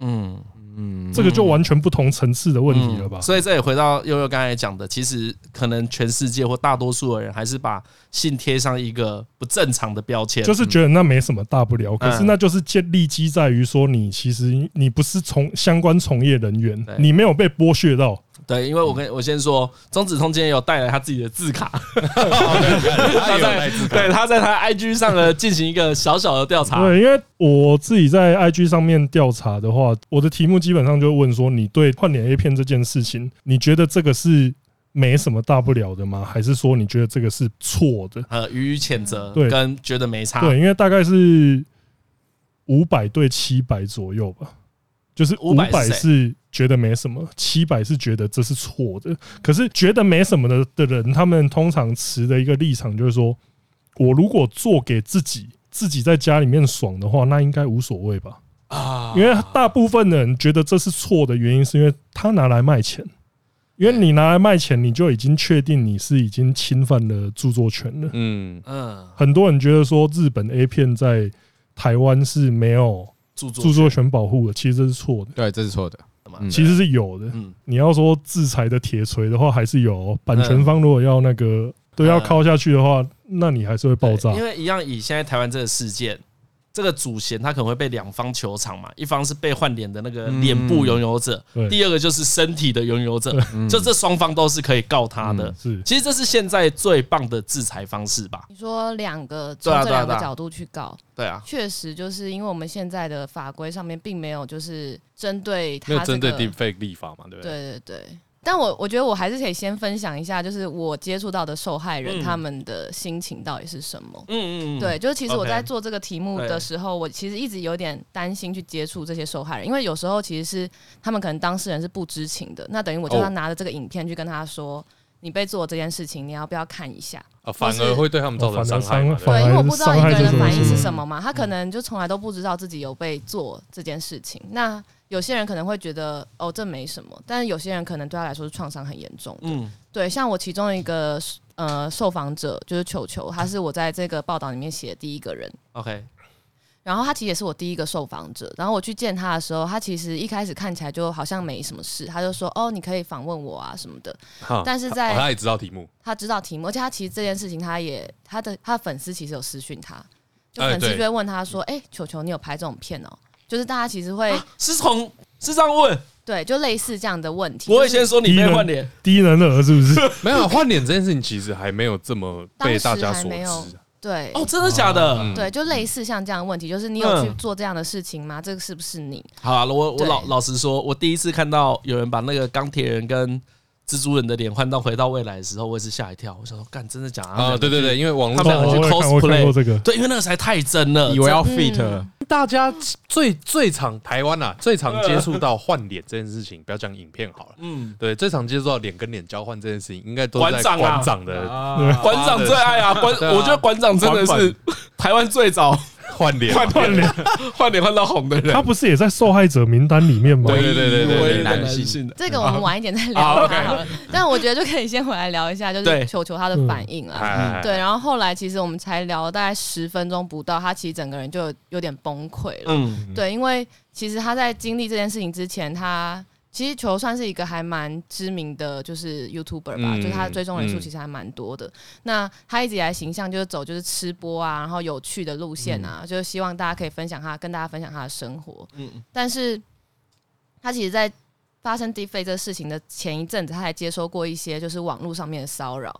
A: 嗯
F: 嗯，
D: 这个就完全不同层次的问题了吧
A: 嗯？所以这也回到悠悠刚才讲的，其实可能全世界或大多数的人还是把性贴上一个不正常的标签，
D: 就是觉得那没什么大不了，可是
A: 嗯
D: 那就是建立基在于说你其实你不是从相关从业人员
A: 对，
D: 你没有被剥削到，
A: 对，因为我跟我先说，钟子通今天有带来他自己的字
D: <laughs>
A: 卡，
B: 他
A: 他
B: 有
A: 在
B: 带字卡
A: 对他在他 IG 上呢进行一个小小的调查，
D: 对，因为我自己在 IG 上面调查的话，我的题目基本上就会问说，你对换脸 A 片这件事情，你觉得这个是没什么大不了的吗？还是说你觉得这个是错的？
A: 呃，予以谴责，
D: 对
A: 跟觉得没差，
D: 对，因为大概是五百对七百左右吧，就是五
A: 500
D: 百
A: 是谁
D: 是觉得没什么，七百是觉得这是错的。可是觉得没什么的的人，他们通常持的一个立场就是说，我如果做给自己，自己在家里面爽的话，那应该无所谓吧。
A: 啊
D: 因为大部分的人觉得这是错的原因，是因为他拿来卖钱。因为你拿来卖钱，你就已经确定你是已经侵犯了著作权了。
B: 嗯，
A: 嗯，
D: 很多人觉得说日本 A 片在台湾是没有
A: 著作
D: 著作权保护的，其实这是错的，
F: 对，这是错的。
A: 权嘛，
F: 嗯
D: 其实是有的。
A: 嗯，
D: 你要说制裁的铁锤的话，还是有哦版权方如果要那个都要
A: 嗯
D: 敲下去的话，那你还是会爆炸
A: 对。因为一样，以现在台湾这个事件，这个主嫌他可能会被两方球场嘛，一方是被换脸的那个脸部拥有者，
D: 对
A: 第二个就是身体的拥有者，
D: 嗯
A: 就这双方都是可以告他的。
D: 是
A: 其实这是现在最棒的制裁方式吧？
E: 你说两个从
A: 对啊
E: 这
A: 对啊
E: 两个
A: 对啊
E: 角度去搞，
A: 对啊，
E: 确实就是因为我们现在的法规上面并没有就是针对他
B: 没有
E: 这
B: 针对
E: 个
B: deepfake 立法嘛，对不对？
E: 对对对。但我我觉得我还是可以先分享一下，就是我接触到的受害人、
A: 嗯
E: 他们的心情到底是什么。
A: 嗯嗯，嗯，
E: 对，就是其实我
A: OK
E: 在做这个题目的时候，我其实一直有点担心去接触这些受害人，因为有时候其实是他们可能当事人是不知情的，那等于我叫他
B: 哦
E: 拿着这个影片去跟他说，你被做这件事情，你要不要看一下？
B: 啊，反而会对他们造成伤害嘛。对不
D: 哦
B: 对
D: 反
E: 对，因为
D: 而
E: 我
D: 是
E: 不知道一
D: 伤
E: 个
D: 害
E: 人
D: 这
E: 的
D: 种
E: 反
D: 事
E: 应是
D: 情
E: 什么嘛，他可能就从来都不知道自己有被做这件事情。那有些人可能会觉得哦，这没什么，但是有些人可能对他来说是创伤很严重的。
A: 嗯
E: 对，像我其中一个呃受访者就是球球，他是我在这个报道里面写的第一个人。
A: ，OK，
E: 然后他其实也是我第一个受访者。然后我去见他的时候，他其实一开始看起来就好像没什么事，他就说：“哦，你可以访问我啊什么的。
B: 哈”
E: 但是在
B: 哦他也知道题目，
E: 他知道题目，而且他其实这件事情，他也他的他的粉丝其实有私讯他，就
B: 哎
E: 粉丝
B: 对
E: 就会问他说：“哎、球球，你有拍这种片哦、就是大家其实会、
A: 啊是从是这样问，
E: 对，就类似这样的问题。
A: 不会
E: 就是
A: 先说你被换脸，
D: 低能儿是不是？
B: 没有换脸这件事情，其实还没有这么被大家所
E: 当时还没有
B: 知。
E: 对、
A: 哦，真的假的？
B: 嗯
E: 对，就类似像这样的问题，就是你有去
A: 嗯
E: 做这样的事情吗？这个是不是你？
A: 好啊，我我
E: 对
A: 老老实说，我第一次看到有人把那个钢铁人跟蜘蛛人的脸换到回到未来的时候，我也是吓一跳，我想说，干，真的假的？
B: 啊，对对对，因为网
A: <laughs> 他
B: 络
A: 们两
B: 上
A: 个
D: 哦
A: 去
D: 我有看我有看
A: cosplay
D: 过这个，
A: 对，因为那个实在太真了，
F: 以为要
E: 嗯
F: fit，了呃
B: 大家最最常台湾啊，最常接触到换脸这件事情，不要讲影片好了，
A: 嗯，
B: 对，最常接触到脸跟脸交换这件事情，应该都
A: 馆
B: 是在
A: 长啊
B: 馆长的
F: 啊
A: 馆长最爱啊，馆
B: 对啊
A: 我觉得馆长真的是台湾最早
B: 换脸，
D: 换换脸，
A: 换脸换到红的人
D: 他，不是也在受害者名单里面吗？
B: 对对对对对
A: 唯一
F: 对
A: 的
F: 男
A: 男
F: 性
A: 性的。
E: 这个我们晚一
A: <laughs>
E: 点再
A: 啊
E: 聊
A: ，OK
E: 它好了。但我觉得就可以先回来聊一下，就
A: 对嗯
E: 是球球他的反应啊。
B: 哎
E: 对，，然后后来其实我们才聊了大概十分钟不到，他其实整个人就有有点崩溃了。
A: 嗯，
E: 对，因为其实他在经历这件事情之前，他其实球算是一个还蛮知名的，就是 YouTuber 吧，
B: 嗯
E: 就是他的追踪人数
B: 嗯
E: 其实还蛮多的。那他一直以来形象就是走就是吃播啊，然后有趣的路线啊，就是希望大家可以分享他跟大家分享他的生活。
A: 嗯
E: 但是他其实，在发生 d e f a 这个事情的前一阵子，他还接收过一些就是网络上面的骚扰，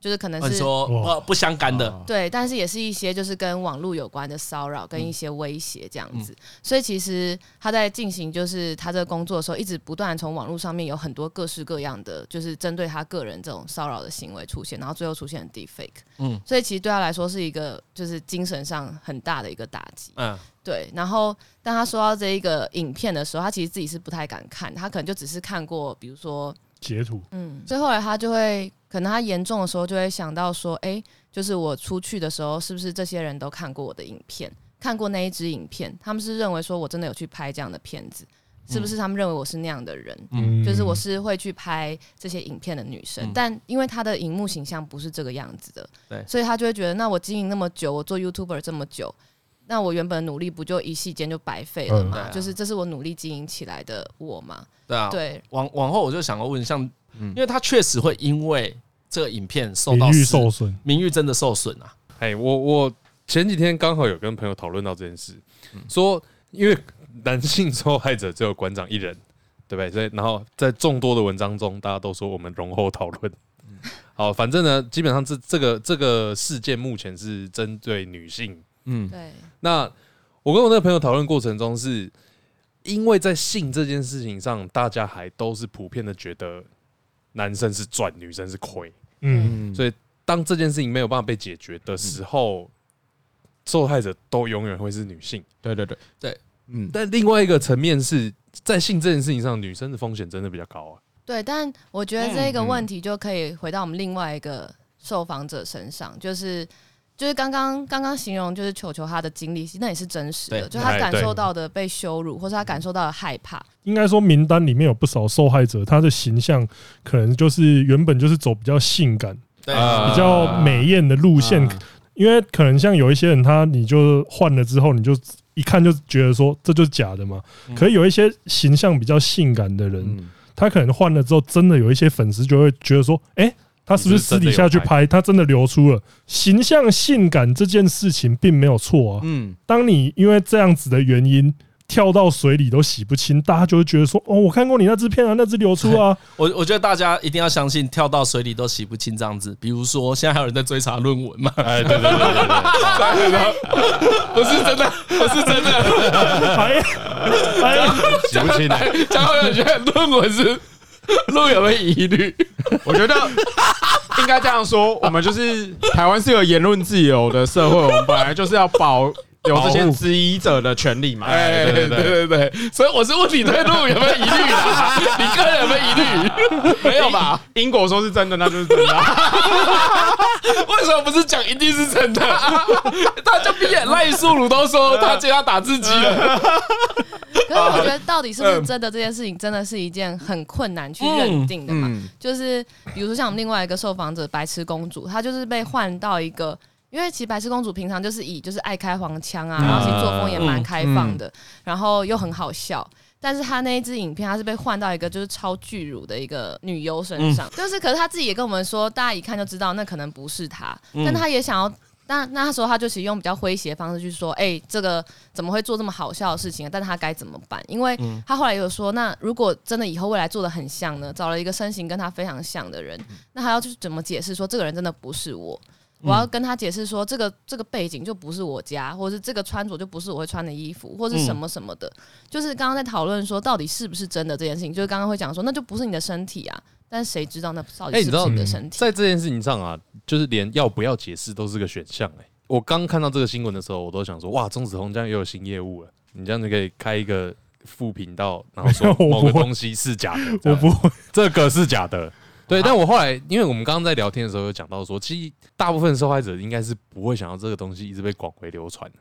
E: 就是可能
A: 哦你
E: 是
A: 说
D: 哇
A: 不不相干的，
E: 对，但是也是一些就是跟网络有关的骚扰跟一些威胁这样子，所以其实他在进行就是他这个工作的时候，一直不断地从网络上面有很多各式各样的就是针对他个人这种骚扰的行为出现，然后最后出现 deepfake，
A: 嗯
E: 嗯，所以其实对他来说是一个就是精神上很大的一个打击，
A: 嗯，
E: 对，然后当他说到这一个影片的时候，他其实自己是不太敢看，他可能就只是看过，比如说，
D: 截图
E: 嗯，所以后来他就会，可能他严重的时候就会想到说，哎、就是我出去的时候，是不是这些人都看过我的影片，看过那一支影片，他们是认为说我真的有去拍这样的片子，是不是他们认为我是那样的人？
A: 嗯
E: 就是我是会去拍这些影片的女生，
A: 嗯
E: 但因为她的荧幕形象不是这个样子的，
A: 对
E: 所以她就会觉得，那我经营那么久，我做 YouTuber 这么久，那我原本努力不就一夕间就白费了
A: 对
D: 嗯
E: 嘛？
A: 啊
E: 就是这是我努力经营起来的我嘛？
A: 对啊，
E: 对，
A: 往往后我就想要问，像，因为他确实会因为这个影片受
D: 名
A: 到
D: 誉
A: 撕
D: 受损，
A: 名誉真的受损啊，
B: 哎，我我前几天刚好有跟朋友讨论到这件事，说因为男性受害者只有馆长一人，对不对？所以然后在众多的文章中，大家都说我们容后讨论。好，反正呢，基本上这这个这个事件目前是针对女性。
F: 嗯，
E: 对，
B: 那我跟我那个朋友讨论过程中是，因为在性这件事情上，大家还都是普遍的觉得男生是赚，女生是亏。
D: 嗯，
F: 嗯
B: 所以当这件事情没有办法被解决的时候，受害者都永远会是女性。
F: 对对对
A: 对，
F: 嗯，
B: 但另外一个层面是在性这件事情上，女生的风险真的比较高啊。
E: 对，但我觉得这个问题就可以回到我们另外一个受访者身上，就是就是刚刚刚刚形容就是球球他的经历，那也是真实的，
A: 对
E: 就是他
B: 哎
E: 感
B: 对
E: 受到的被羞辱，或是他感受到的害怕，
D: 应该说名单里面有不少受害者，他的形象可能就是原本就是走比较性感、
A: 对
B: 啊
D: 比较美艳的路线，
F: 啊
D: 因为可能像有一些人，他你就换了之后，你就一看就觉得说这就是假的嘛。可是有一些形象比较性感的人，
F: 嗯
D: 他可能换了之后，真的有一些粉丝就会觉得说，哎，他是不是私底下去拍？他真的流出了形象性感这件事情，并没有错啊。
F: 嗯，
D: 当你因为这样子的原因。跳到水里都洗不清，大家就会觉得说：“哦，我看过你那支片啊，那支流出
F: <laughs>
D: 啊。
A: 我我觉得大家一定要相信，跳到水里都洗不清这样子。比如说，现在还有人在追查论 <laughs> 文嘛？
B: 哎，对对对对对，
A: 不是真的，不是真的。
D: 哎呀，哎
F: <laughs>
D: 呀，
B: 洗不清的。
A: 嘉惠有觉得论文是路有没有疑虑？
F: 我觉得应该这样说，我们就是台湾是有言论自由的社会，我们本来就是要保有这些质疑者的权利嘛。
A: 哎，对对对，所以我是问你对路有没有疑虑啦？你个人有没有疑虑？没有吧？
F: 英国说是真的，那就是真的啊。
A: 为什么不是讲一定是真的？他就比赖素鲁都说他接他打字机了，
E: 可是我觉得到底是不是真的这件事情，真的是一件很困难去认定的嘛。
F: 嗯
E: 就是比如说像我们另外一个受访者白痴公主，她就是被换到一个。因为其实白痴公主平常就是以就是爱开黄腔啊，然后其实作风也蛮开放的，然后又很好笑。但是她那一支影片，她是被换到一个就是超巨乳的一个女优身上，就是可是她自己也跟我们说，大家一看就知道那可能不是她，但她也想要。那那时候她就其实用比较诙谐的方式去说，哎、这个怎么会做这么好笑的事情？但她该怎么办？因为她后来有说，那如果真的以后未来做的很像呢，找了一个身形跟她非常像的人，
B: 嗯
E: 那还要去怎么解释说这个人真的不是我？我要跟他解释说，这个这个背景就不是我家，或者是这个穿着就不是我会穿的衣服，或是什么什么的。就是刚刚在讨论说，到底是不是真的这件事情，就是刚刚会讲说，那就不是你的身体啊。但是谁知道那到
B: 哎
E: 底
B: 你知
E: 是不
B: 道
E: 是你的身体？
B: 在这件事情上啊，就是连要不要解释都是个选项哎、我刚看到这个新闻的时候，我都想说，哇，钟子红这样又有新业务了，你这样就可以开一个副频道，然后 <laughs> 说
D: 我不会
B: 某个东西是假 <laughs> 的，这
D: 我
B: 样
D: 不会，
B: 这个是假的。对，但我后来，因为我们刚刚在聊天的时候有讲到说，其实大部分受害者应该是不会想要这个东西一直被广为流传的，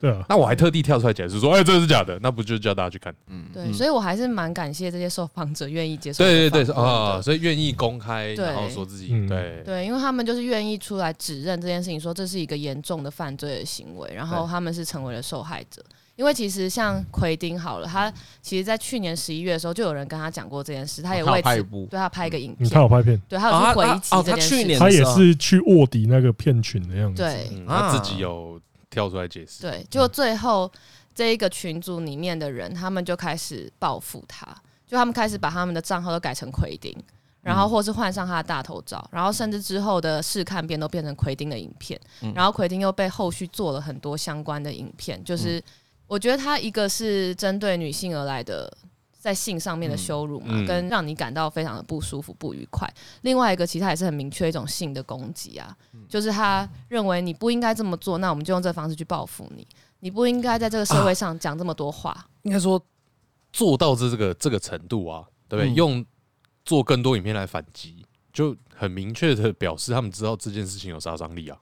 D: 对啊，
B: 那我还特地跳出来解释说，哎、这是假的，那不就叫大家去看？
E: 对，所以我还是蛮感谢这些受访者愿意接受。
B: 对 <laughs> 对对，啊，，所以愿意公开，
E: 对
B: 然后说自己
D: 嗯
B: 对
E: 对，因为他们就是愿意出来指认这件事情，说这是一个严重的犯罪的行为，然后
B: 对
E: 他们是成为了受害者。因为其实像奎丁好了，他其实，在去年十一月的时候，就有人跟他讲过这件事，他也
F: 他有
E: 为
F: 拍一
E: 此
F: 部
E: 嗯对他拍一个影
D: 你看
E: 片，
D: 我拍片，
E: 对他有去
A: 哦他
E: 回
A: 哦
E: 击这
A: 他
E: 件
A: 去
E: 事
A: 年
E: 情。
D: 他也是去卧底那个骗群的样子。
E: 对
B: 嗯，
A: 啊
B: 他自己有跳出来解释，
E: 对，就最后这一个群组里面的人，他们就开始报复他，就他们开始把他们的账号都改成奎丁，然后或是换上他的大头照，然后甚至之后的试看片都变成奎丁的影片，
B: 嗯
E: 然后奎丁又被后续做了很多相关的影片，就是
B: 嗯
E: 我觉得他一个是针对女性而来的。在性上面的羞辱嘛，
B: 嗯嗯
E: 跟让你感到非常的不舒服、不愉快。另外一个，其实他也是很明确一种性的攻击啊，
B: 嗯
E: 就是他认为你不应该这么做，那我们就用这方式去报复你。你不应该在这个社会上讲这么多话。
B: 应该说做到这这个这个程度啊，对不对？
A: 嗯
B: 用做更多影片来反击，就很明确的表示他们知道这件事情有杀伤力啊，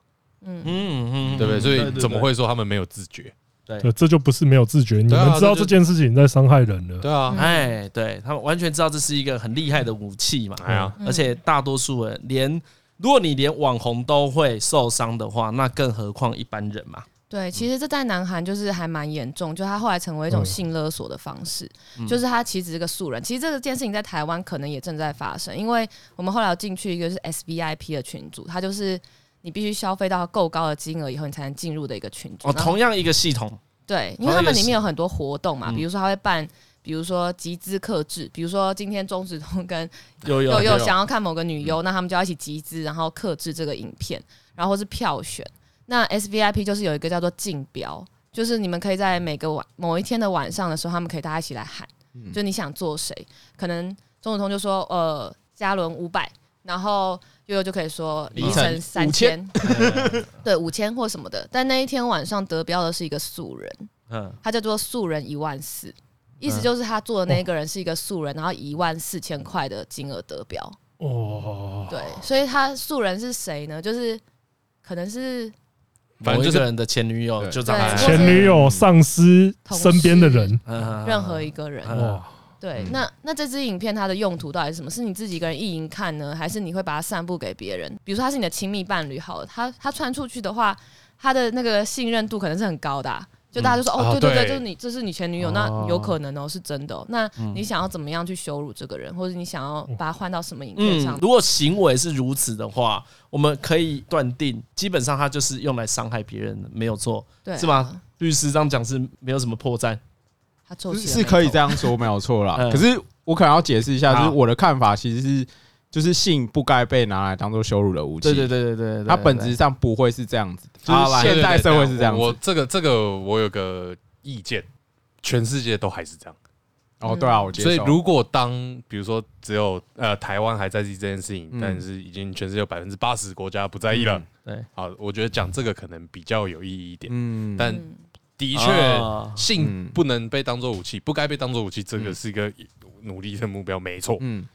A: 嗯嗯，
B: 对不对？所以怎么
A: 会？
B: 会说他们没有自觉？
D: 对，这就不是没有自觉，你
B: 对啊
D: 们知道
B: 这就
D: 这件事情在伤害人了。
B: 对啊，
A: 哎，对他们完全知道这是一个很厉害的武器嘛，
B: 哎呀，
E: 嗯
A: 而且大多数人连。如果你连网红都会受伤的话，那更何况一般人嘛？
E: 对，其实这在南韩就是还蛮严重，就他后来成为
A: 嗯
E: 一种性勒索的方式，就是他其实是个素人。其实这件事情在台湾可能也正在发生，因为我们后来有进去一个是 SVIP 的群组，它就是你必须消费到够高的金额以后，你才能进入的一个群组。
A: 哦，
E: 然后
A: 同样一个系统，
E: 对，因为
A: 同
E: 他
A: 一个
E: 们里
A: 系
E: 面有很多活动嘛，
A: 嗯
E: 比如说他会办。比如说集资克制，比如说今天钟子通跟
A: 有有
E: 有嗯有想要看某个女优，那他们就要一起集资，然后克制这个影片，然后或是票选。那 SVIP 就是有一个叫做竞标，就是你们可以在每个晚某一天的晚上的时候，他们可以大家一起来喊，就你想做谁，可能钟子通就说呃嘉伦五百，然后悠悠就可以说
F: 李
E: 李晨
F: 晨
E: 三千，对五千或什么的。但那一天晚上得标的是一个素人，
A: 嗯，
E: 他叫做素人一万四。意思就是他做的那个人是一个素人，然后一万四千块的金额得标，
D: 哦，
E: 对，所以他素人是谁呢？就是可能是
B: 反正
A: 某
B: 就
A: 一
B: 是
A: 个人的前女友
F: 对
A: 就长这样
E: 对啊
D: 前女友、上司、
E: 同事
D: 身边的人，
A: 嗯
E: 任何一个人。
A: 嗯
D: 哇，
E: 对，那那这支影片它的用途到底是什么？是你自己一个人意淫看呢，还是你会把它散布给别人？比如说他是你的亲密伴侣，好了，他他传出去的话，他的那个信任度可能是很高的啊、就大家就说、
B: 啊
E: 哦，对对对，
B: 对
E: 就是你，这是你前女友，那有可能哦，是真的哦、那你想要怎么样去羞辱这个人，或者你想要把它换到什么影片上？
A: 嗯，如果行为是如此的话，我们可以断定，基本上他就是用来伤害别人的，没有错，
E: 对啊
A: 是吗？律师这样讲是没有什么破绽，
E: 他皱起
F: 是
E: 了
F: 是
E: 眉
F: 可以
E: 头
F: 这样说，没有错啦。
A: 嗯
F: 可是我可能要解释一下，就
A: 好
F: 是我的看法其实是，就是性不该被拿来当做羞辱的武器。
A: 对对对对对对，
F: 它本质上不会是这样子，就
B: 啊
F: 是
B: 来
F: 现代社会是这样
B: 我我
F: 子。
B: 这个这个我有个意见，全世界都还是这样。
F: 哦，对啊，我接受。
B: 所以如果当比如说只有呃台湾还在意这件事情，
F: 嗯
B: 但是已经全世界百分之八十国家不在意了。
A: 嗯对，
B: 好，我觉得讲这个可能比较有意义一点，
F: 嗯，
B: 但
E: 嗯
B: 的
A: 的
B: 确。
A: 哦
F: 嗯
B: 性不能被当做武器，不该被当做武器，这个是一个努力的目标，没错。
F: 嗯，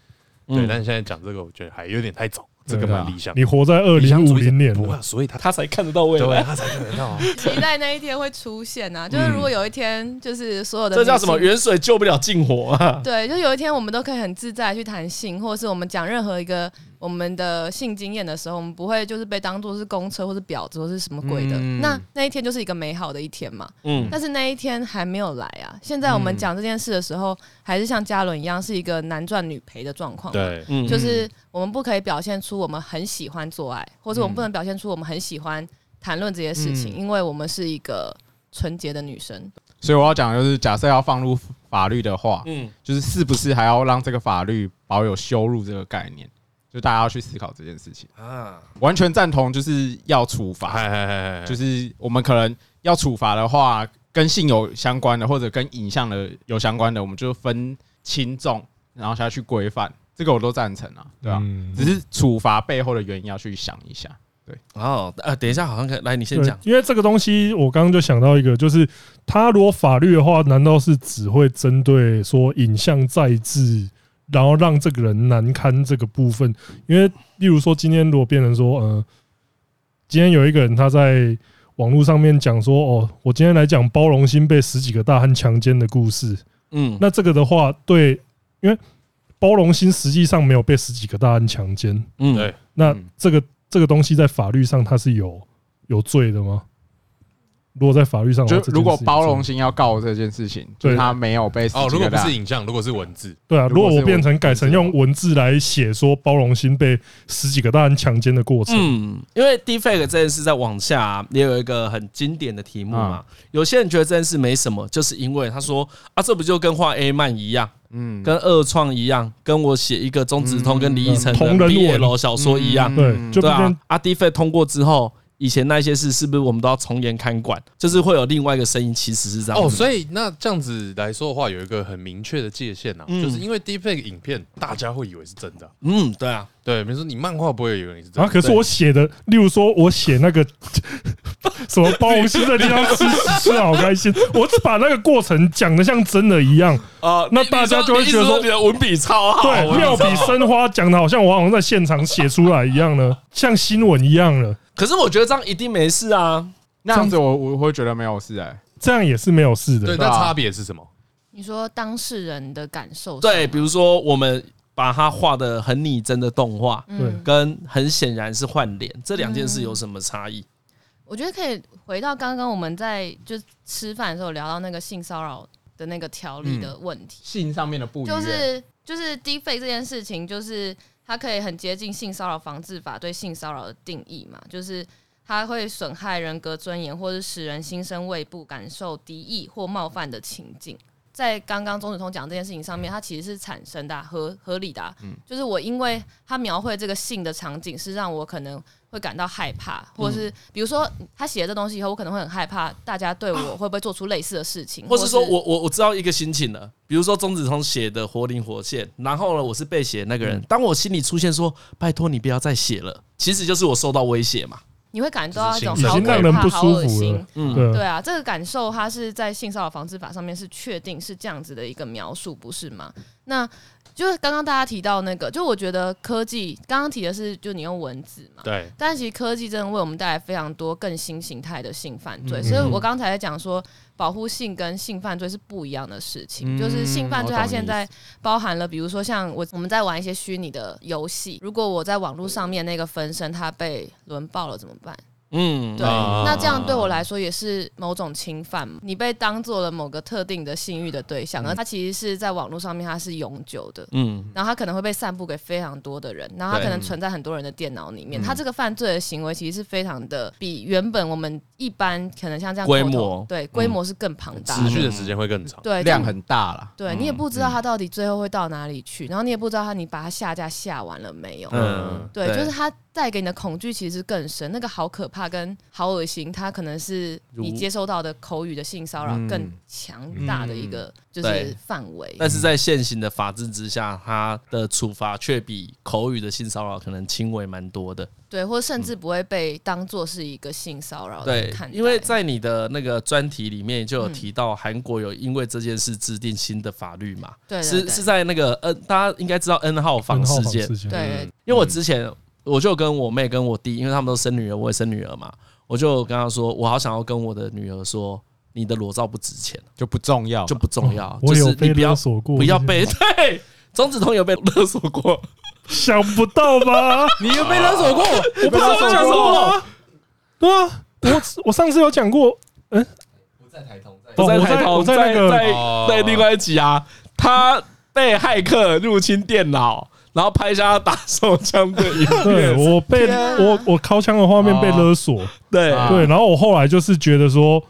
B: 对，但现在讲这个，我觉得还有点太早，这个蛮理想。
D: 你活在二
B: 理想
D: 零
B: 主
D: 五
B: 义者
D: 零年
B: 不
D: 了
B: 会啊，，所以他
A: 他才看得到未
B: 对
A: 来，
B: 他才看得到啊。
E: 期待那一天会出现啊！就是如果有一天，就是所有的
A: 这叫什么？
E: 女性
A: 远水救不了近火啊！
E: 对，就有一天我们都可以很自在地去谈性，或者是我们讲任何一个我们的性经验的时候，我们不会就是被当做是公车或是婊子或是什么鬼的。
F: 嗯
E: 那那一天就是一个美好的一天嘛。
A: 嗯，
E: 但是那一天还没有来啊！现在我们讲这件事的时候，还是像嘉伦一样是一个男赚女赔的状况。。
B: 对，
A: 嗯
E: 就是我们不可以表现出我们很喜欢做爱，或者我们不能表现出我们很喜欢谈论这些事情，
F: 嗯
E: 因为我们是一个纯洁的女生。
F: 所以我要讲的就是，假设要放入法律的话，
A: 嗯，
F: 就是是不是还要让这个法律保有羞辱这个概念？就大家要去思考这件事情。
A: 啊，
F: 完全赞同，就是要处
B: 嗨
F: 罚，
B: 嗨嗨嗨嗨，
F: 就是是我们可能要处罚的话，跟性有相关的，或者跟影像的有相关的，我们就分轻重，然后下去规范。这个我都赞成啊，对啊，
D: 嗯
F: 只是处罚背后的原因要去想一下。
A: 哦，呃，等一下，好像可以来，你先
D: 对
A: 讲，
D: 因为这个东西，我刚刚就想到一个，就是他如果法律的话，难道是只会针对说影像再制，然后让这个人难堪这个部分？因为例如说，今天如果变成说，呃，今天有一个人他在网络上面讲说，哦，我今天来讲包容心被十几个大汉强奸的故事。
A: 嗯，
D: 那这个的话，对，因为包容心实际上没有被十几个大汉强奸，
A: 嗯
B: 对
D: 那
F: 嗯
D: 这个这个东西在法律上它是有有罪的吗？如果在法律上的话，
F: 就
D: 嗯这件
F: 如果
D: 事情
F: 包
D: 是
F: 容心要告这件事情，就是他没有被
B: 哦，如果不是
F: 实际
B: 影像，如果是文字，
D: 对啊，
F: 如
D: 如
F: 果
D: 果
F: 是
D: 我
F: 我
D: 变成改成用文字来写说包容心被十几个大人强奸的过程，
A: 嗯，因为 deepfake 这件事在往下、也有一个很经典的题目
B: 啊
A: 嘛。有些人觉得这件事没什么，就是因为他说啊，这不就跟画 A 漫一样，
F: 嗯
A: 跟二创一样，跟我写一个钟子通跟李依晨
D: 嗯同人
A: 的
D: 文
A: BL 小说一样，
F: 嗯
D: 对，嗯就
A: 对
D: 变
A: 啊
D: 成。
A: 啊，deepfake 通过之后。以前那些事是不是我们都要从严看管？就是会有另外一个声音，其实是这样子。
B: 哦，所以那这样子来说的话，有一个很明确的界限啊，
A: 嗯
B: 就是因为 deepfake 影片，大家会以为是真的啊、
A: 嗯，对啊，
B: 对，比如说你漫画不会以为你是真的。
D: 啊！可是我写的，例如说，我写那个 <laughs> 什么包容心的地方吃吃得好开心，我只把那个过程讲的像真的一样，
A: 啊，
D: 那
A: 你
D: 大家
A: 你说
D: 就会
A: 你
D: 觉得
A: 一直
D: 说
A: 你的文笔超
F: 哦
A: 好，
D: 对，妙笔生花讲的好像我好像在现场写出来一样呢，像新闻一样了，
A: 可是我觉得这样一定没事啊。
F: 那样子我我会觉得没有事哎，
D: 这样也是没有事
B: 对，那
D: 的。
F: 对啊
B: 差别是什么？
E: 你说当事人的感受
A: 对，比如说我们把它画的很拟真的动画，
D: 对
E: 嗯，
A: 跟很显然是换脸，这两件事有什么差异？
E: 我觉得可以回到刚刚我们在就是吃饭的时候聊到那个性骚扰的那个条例的问题，
F: 性上面的不愉悦
E: 就是就是低费这件事情，就是它可以很接近性骚扰防治法对性骚扰的定义嘛，就是它会损害人格尊严，或是使人心生畏怖、感受敌意或冒犯的情境。在刚刚钟子通讲这件事情上面，它其实是产生的啊、合合理的啊、
D: 嗯
E: 就是我因为他描绘这个性的场景是让我可能会感到害怕，或
D: 嗯
E: 是比如说他写了这东西以后，我可能会很害怕大家对我会不会做出类似的事情，
A: 嗯或
E: 是
A: 是说我我我知道一个心情了，比如说钟子通写的活灵活现，然后呢，我是被写的那个人，当我心里出现说拜托你不要再写了，其实就是我受到威胁嘛。
E: 你会感受到一种
B: 就是
E: 好
B: 已经让
E: 可
D: 人
E: 怕、
D: 不
E: 好
D: 舒服
E: 恶心
D: 了。
A: 嗯，
E: 对
D: 对，
E: 啊，这个感受它是在性骚扰防治法上面是确定是这样子的一个描述，不是吗？那就是刚刚大家提到那个，就我觉得科技刚刚提的是，就你用文字嘛，
B: 对，
E: 但其实科技真的为我们带来非常多更新形态的性犯罪，
F: 嗯
E: 所以我刚才在讲说，保护性跟性犯罪是不一样的事情。
F: 嗯
E: 就是性犯罪
F: 我懂
E: 它
F: 你
E: 现
F: 意
E: 在包含了，比如说像我我们在玩一些虚拟的游戏，如果我在网络上面那个分身它被轮爆了怎么办？
A: 嗯，
E: 对，
B: 啊
E: 那这样对我来说也是某种侵犯嘛。你被当做了某个特定的性欲的对
B: 嗯
E: 象，而它其实是在网络上面它是永久的，
A: 嗯，
E: 然后它可能会被散布给非常多的人，然后它
A: 对
E: 可能存在很多人的电脑里
B: 嗯
E: 面。它这个犯罪的行为其实是非常的，比原本我们一般可能像这样
A: 规模
E: 口头对规模是更庞
B: 嗯
E: 大
B: 持
E: 的，
B: 续嗯的时间会更长。
E: 对
F: 量。
E: 这样
F: 很大啦。
E: 对你也不知道它到底最后会到哪里去，然后你也不知道它你把它下架下完了没有，
A: 嗯，
E: 对，就是它带给你的恐惧其实更深，那个好可怕跟好恶心，它可能是你
A: 如
E: 接收到的口语的性骚扰
F: 嗯
E: 更强大的一个
A: 嗯
E: 就
A: 对
E: 是范围。
A: 但是在现行的法制之下，他的处罚却比口语的性骚扰可能轻微蛮多的。
E: 对，或甚至不会被当做是一个性骚扰来
A: 嗯对
E: 看，待，嗯
A: 因为在你的那个专题里面就有提到，韩国有因为这件事制定新的法律嘛？
E: 对对
A: 是
E: 对
A: 是在那个 N，大家应该知道 N 号房
D: 很好
A: 事
D: 好
A: 件。
D: 事情，
E: 对
A: 因为我之前我就跟我妹跟我弟，因为他们都生女儿，我也生女儿嘛，我就跟他说，我好想要跟我的女儿说，你的裸照不值钱，
F: 就不重要，
A: 就不重要，
D: 哦嗯我
A: 就
D: 有
A: 是
D: 被
A: 你不要
D: 勒索过，
A: 不要被对。钟子通有被勒索过，
D: <laughs> 想不到
A: <laughs>
D: 吧？
F: 你有被勒索过？我
A: 我不知道我讲什么，
D: 对啊，我我上次有
A: <laughs>
D: 讲过，
A: 我
D: 哦
A: 在
D: 我
A: 台
D: 在
A: 通，
D: 我在那个
A: 在
B: 哦
A: 在另外一集啊，他被骇客入侵电脑，然后拍下他打手枪的影片，
D: 对我被
E: 天啊
D: 我我掏枪的画面被勒索，
A: 对，
F: 啊
D: 对，然后我后来就是觉得说，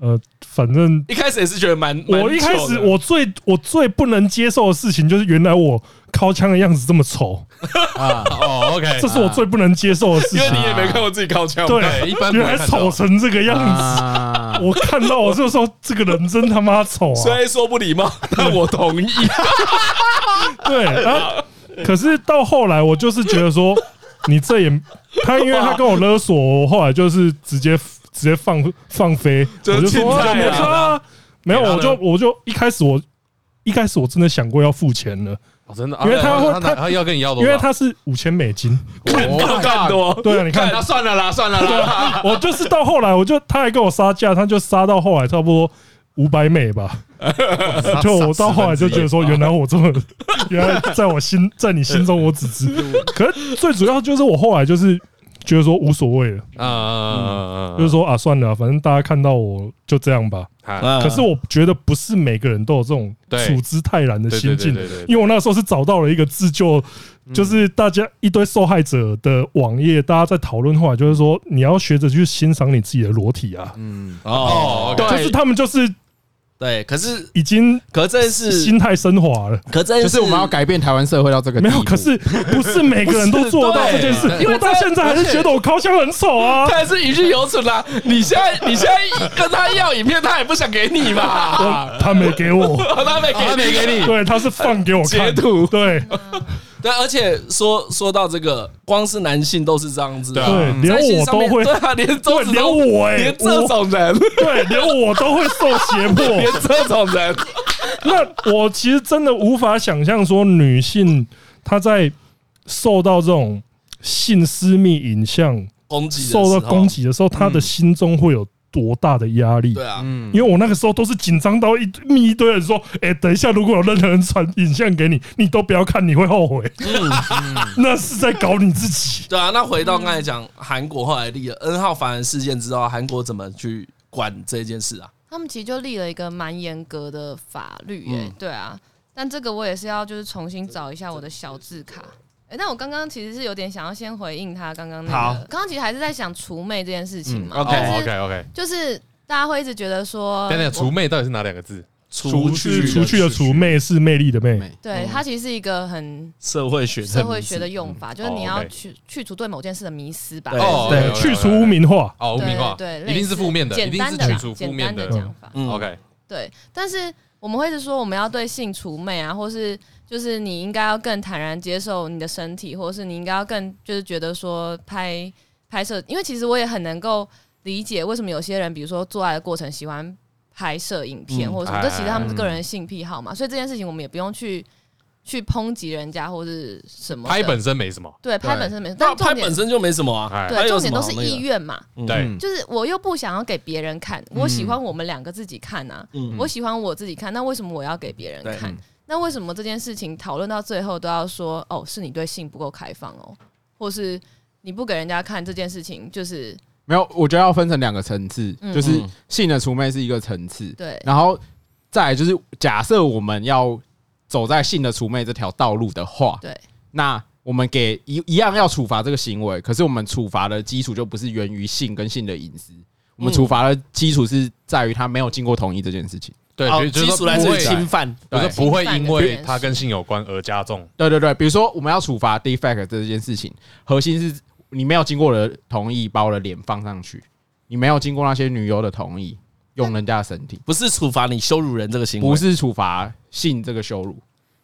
D: 呃，反正
A: 一开始也是觉得蛮，蛮
D: 我一开
A: 糗
D: 始
A: 的
D: 我最我最不能接受的事情就是原来我掏枪的样子这么丑，
F: 啊，
A: <laughs>
B: 哦，OK，
D: 这 <laughs> 是我最不能接受的事
A: 啊因为
D: 情。
A: 你也没看过自己靠枪，
D: 对，
B: 一般不
D: 原
B: 会
D: 来
B: 看到
A: 啊
D: 丑成这个样子，
F: 啊
D: 我看到我就说这个人真他妈丑
A: 虽
D: 啊！
A: 然说不礼貌，但我同意。
D: <laughs> 对啊，可是到后来我就是觉得说，你这也他因为他跟我勒索，我后来就是直接直接放放飞，
A: 就
D: 我
A: 是
D: 就说
A: 欠债啊
D: 啊没差啊，没有，
B: 然后
D: 我
B: 呢
D: 就我就一开始我一开始我真的想过要付钱了，
B: 哦，真的，
D: 因为他
B: 啊
D: 会
B: 他他
D: 他
B: 他要跟你要多
D: 因
B: 少，
D: 为它是五千美金。
F: 我
A: 更
F: 靠，
A: 多
D: 对啊，你看
F: 那算了啦，算了啦，
D: 我就是到后来，我就他还跟我杀价，他就杀到后来差不多五百美吧。
B: 他
D: <laughs> 就我到后来就觉得，说，
B: 啊
D: 原来我这么，原来在我心，在你心中我
B: <laughs>
D: 只知。可是最主要就是我后来就是觉得说无所谓了，
B: 啊啊，
D: 就是说啊算了啊，反正大家看到我就这样吧。
B: 说，
A: 啊
D: 可是我觉得不是每个人都有这种
B: 对
D: 处之泰然的
B: 对
D: 心
B: 对对
D: 境，
B: 对嗯对，
D: 因为我那时候是找到了一个自救，就是大家一堆受害者的网页，大家在讨论，后来就是说你要学着去欣赏你自己的裸体啊，
F: 嗯，
D: <laughs>
A: 哦，
F: 对
D: 就是他们就是
A: 对，可是
D: 已经
A: 可这件事，
D: 心态升华了，
A: 可这件事
F: 就是我们要改变台湾社会到这个
D: 没有，
F: 地步
D: 可是不是每个人都做到这件事
A: <laughs> 不是，对
D: 因为我到现在还是觉得我烤箱很丑啊。
A: 他也是余韵犹存啦。啊你现在你现在跟他要影片，他也不想给你嘛，
D: 我 <laughs> 他没
A: <laughs>
D: 给我，
A: 哦他没给你。
B: 给你
D: 对，他是放给我
A: 截
D: 看
A: 图
D: 对
A: 对，啊而且说说到这个，光是男性都是这样子的，
B: 对
D: 对，啊连
A: 在性
D: 我
A: 上
D: 都
A: 面
D: 会
A: 对，啊，连周
D: 对，
A: 子
D: 连
A: 都
D: 我哎
A: 连，这
D: 我
A: 种人，
D: 对，连我都会受胁迫
A: <laughs> 连。这种人，
D: 那我其实真的无法想象说女性她在受到这种性私密影像、
A: 攻击的时候
D: 受到攻，击的时候，她的心中会有多大的压力
A: 对？啊，
F: 嗯，
D: 因为我那个时候都是紧张到一密一堆人说：“哎，等一下，如果有任何人传影像给你，你都不要看，你会后悔。” <laughs> 那是在搞你自己。
A: 对啊。那回到刚才讲韩国后来立了 N 号凡人事件之后，韩国怎么去管这件事啊？
E: 他们其实就立了一个蛮严格的法律、耶，
A: 嗯
E: 对啊。但这个我也是要就是重新找一下我的小字卡。哎、但我刚刚其实是有点想要先回应他刚刚那
C: 好
E: 个，刚刚其实还是在想除魅这件事情
A: 嗯
E: 嘛，
B: ，OK
E: 但是
B: OK OK，
E: 就是大家会一直觉得说，
B: 等等，
E: 我
B: 除魅到底是哪两个字？
A: 除嗯
D: 去除去的除，魅是魅力的魅。
F: 妹
E: 对
B: 嗯
E: 它其实是一个很
A: 社会学
E: 社会学的用法，就是
B: 哦
E: 你要
B: ，OK
E: 去去除对某件事的迷思吧。
A: 对
B: 哦，
D: 对，去除污名化。
B: 哦，污
E: 对
B: 名化，
E: 对，
B: 一定是
E: 类似
B: 负面的，一
E: 简
B: 定
E: 单
B: 是
E: 的
B: 去
E: 啦
B: 除负
E: 简
B: 面
E: 单的
B: 的。
E: 讲法。
A: 嗯
B: OK，
E: 对，但是我们会是说我们要对性除魅啊，或是就是你应该要更坦然接受你的身体，或是你应该要更就是觉得说拍拍摄，因为其实我也很能够理解为什么有些人，比如说做爱的过程喜欢拍摄影片、
A: 嗯
E: 或者什
B: 哎
E: 么，这其实他们是个人的性癖好嘛，所以这件事情我们也不用去去抨击人家或是什么的
B: 拍本身没什么，
E: 对拍
F: 对
E: 本身没，
A: 那
E: 但重
A: 拍
E: 点
A: 本身就没什么啊，
B: 哎，
A: 还有
E: 对重
A: 什
E: 点
A: 么
E: 都
A: 好
E: 是
A: 那个
E: 意愿嘛，
B: 对，
F: 嗯
E: 就是我又不想要给别人看，我喜欢我们两个自己看啊，
A: 嗯
E: 我喜欢我自己看，那为什么我要给别人看
A: 对？嗯
E: 那为什么这件事情讨论到最后都要说哦，是你对性不够开放哦，或是你不给人家看这件事情，就是
F: 没有，我觉得要分成两个层次，
E: 嗯
F: 就是
A: 嗯
F: 性的除魅是一个层次，
E: 对
F: 然后再来就是假设我们要走在性的除魅这条道路的话，
E: 对，
F: 那我们给一一样要处罚这个行为，可是我们处罚的基础就不是源于性跟性的隐私，
E: 嗯
F: 我们处罚的基础是在于他没有经过同意这件事情。
B: 对，
A: 哦
B: 比如就是
A: 基
B: 说
A: 础来
B: 不
A: 自于
B: 会
A: 侵犯，
B: 我说
F: 对
B: 不会因为
E: 侵犯的这件事
B: 它跟性有关而加重。
F: 对对对，比如说我们要处罚 defect 这件事情，核心是你没有经过我的同意把我的脸放上去，你没有经过那些女优的同意用人家的身体，
A: 不是处罚你羞辱人这个行为，
F: 不是处罚性这个羞辱。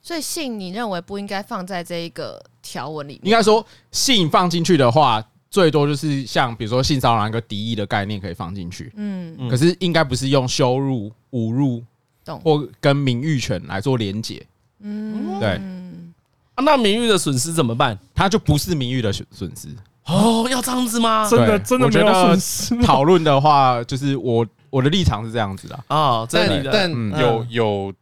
E: 所以性你认为不应该放在这一个条文里
F: 应
E: 面，
F: 该说性放进去的话，最多就是像比如说性骚扰一个敌意的概念可以放进去，
E: 嗯，
A: 嗯
F: 可是应该不是用羞辱、侮辱
E: 懂，
F: 或跟名誉权来做连结，
E: 嗯，
F: 对
E: 嗯
A: 啊那名誉的损失怎么办？
F: 它就不是名誉的损损失。
A: 哦，要这样子吗？
D: 真的
F: 对
D: 真的
F: 我
D: 没
F: 觉
D: 有
F: 得
D: 损失吗。
F: 讨论的话，就是我我的立场是这样子的，
A: 哦，这
B: 但
A: 里的
B: 但
F: 嗯
B: 有有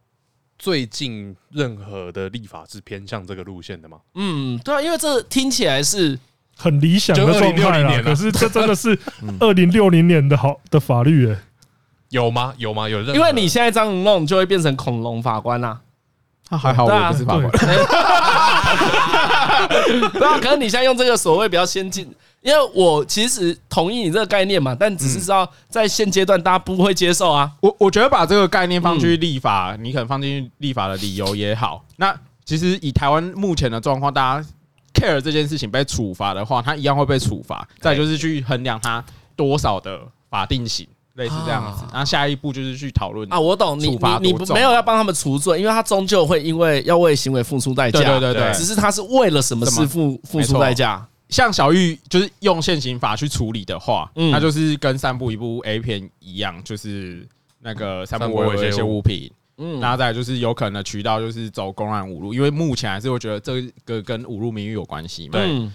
B: 最近任何的立法是偏向这个路线的吗？
A: 嗯，对啊，因为这听起来是
D: <laughs> 很理想
B: 就
D: 的状态
B: 2060
D: 啦，
B: 年啊
D: 可是这真的是 <laughs> 二零六零年的好的法律哎、
B: 有吗？有吗？有
F: 嗯
B: 任何？
A: 因为你现在这样弄，就会变成恐龙法官
F: <laughs>
A: 啦、
F: 啊还好
A: 对啊
F: 我不是法官，
A: 对啊，可是你现在用这个所谓比较先进，因为我其实同意你这个概念嘛，但只是知道在现阶段大家不会接受啊。
F: <laughs> 我我觉得把这个概念放
A: 嗯
F: 进去立法，你可能放进去立法的理由也好，那其实以台湾目前的状况，大家 care 这件事情被处罚的话，他一样会被处罚。再就是去衡量他多少的法定刑，类似这样子
A: 啊。
F: 然后下一步就是去讨论
A: 啊，我懂你，
F: 嗯处罚
A: 你你
F: 多
A: 不
F: 重
A: 没有要帮他们除罪，因为他终究会因为要为行为付出代价。
F: 对对对对
A: 只是他是为了什么
F: 什
A: 事
F: 么
A: 付付
F: 没
A: 出
F: 错
A: 代价？
F: 像小玉就是用现行法去处理的话，
A: 嗯
F: 那就是跟散布一部 A 片一样，就是那个散布
B: 散布
F: 猥
B: 猥亵
F: 亵
B: 物
F: 物品，嗯，那再来就是有可能的渠道就是走公然侮辱，因为目前还是会觉得这个跟侮辱名誉有关系嘛。
B: 对
A: 嗯，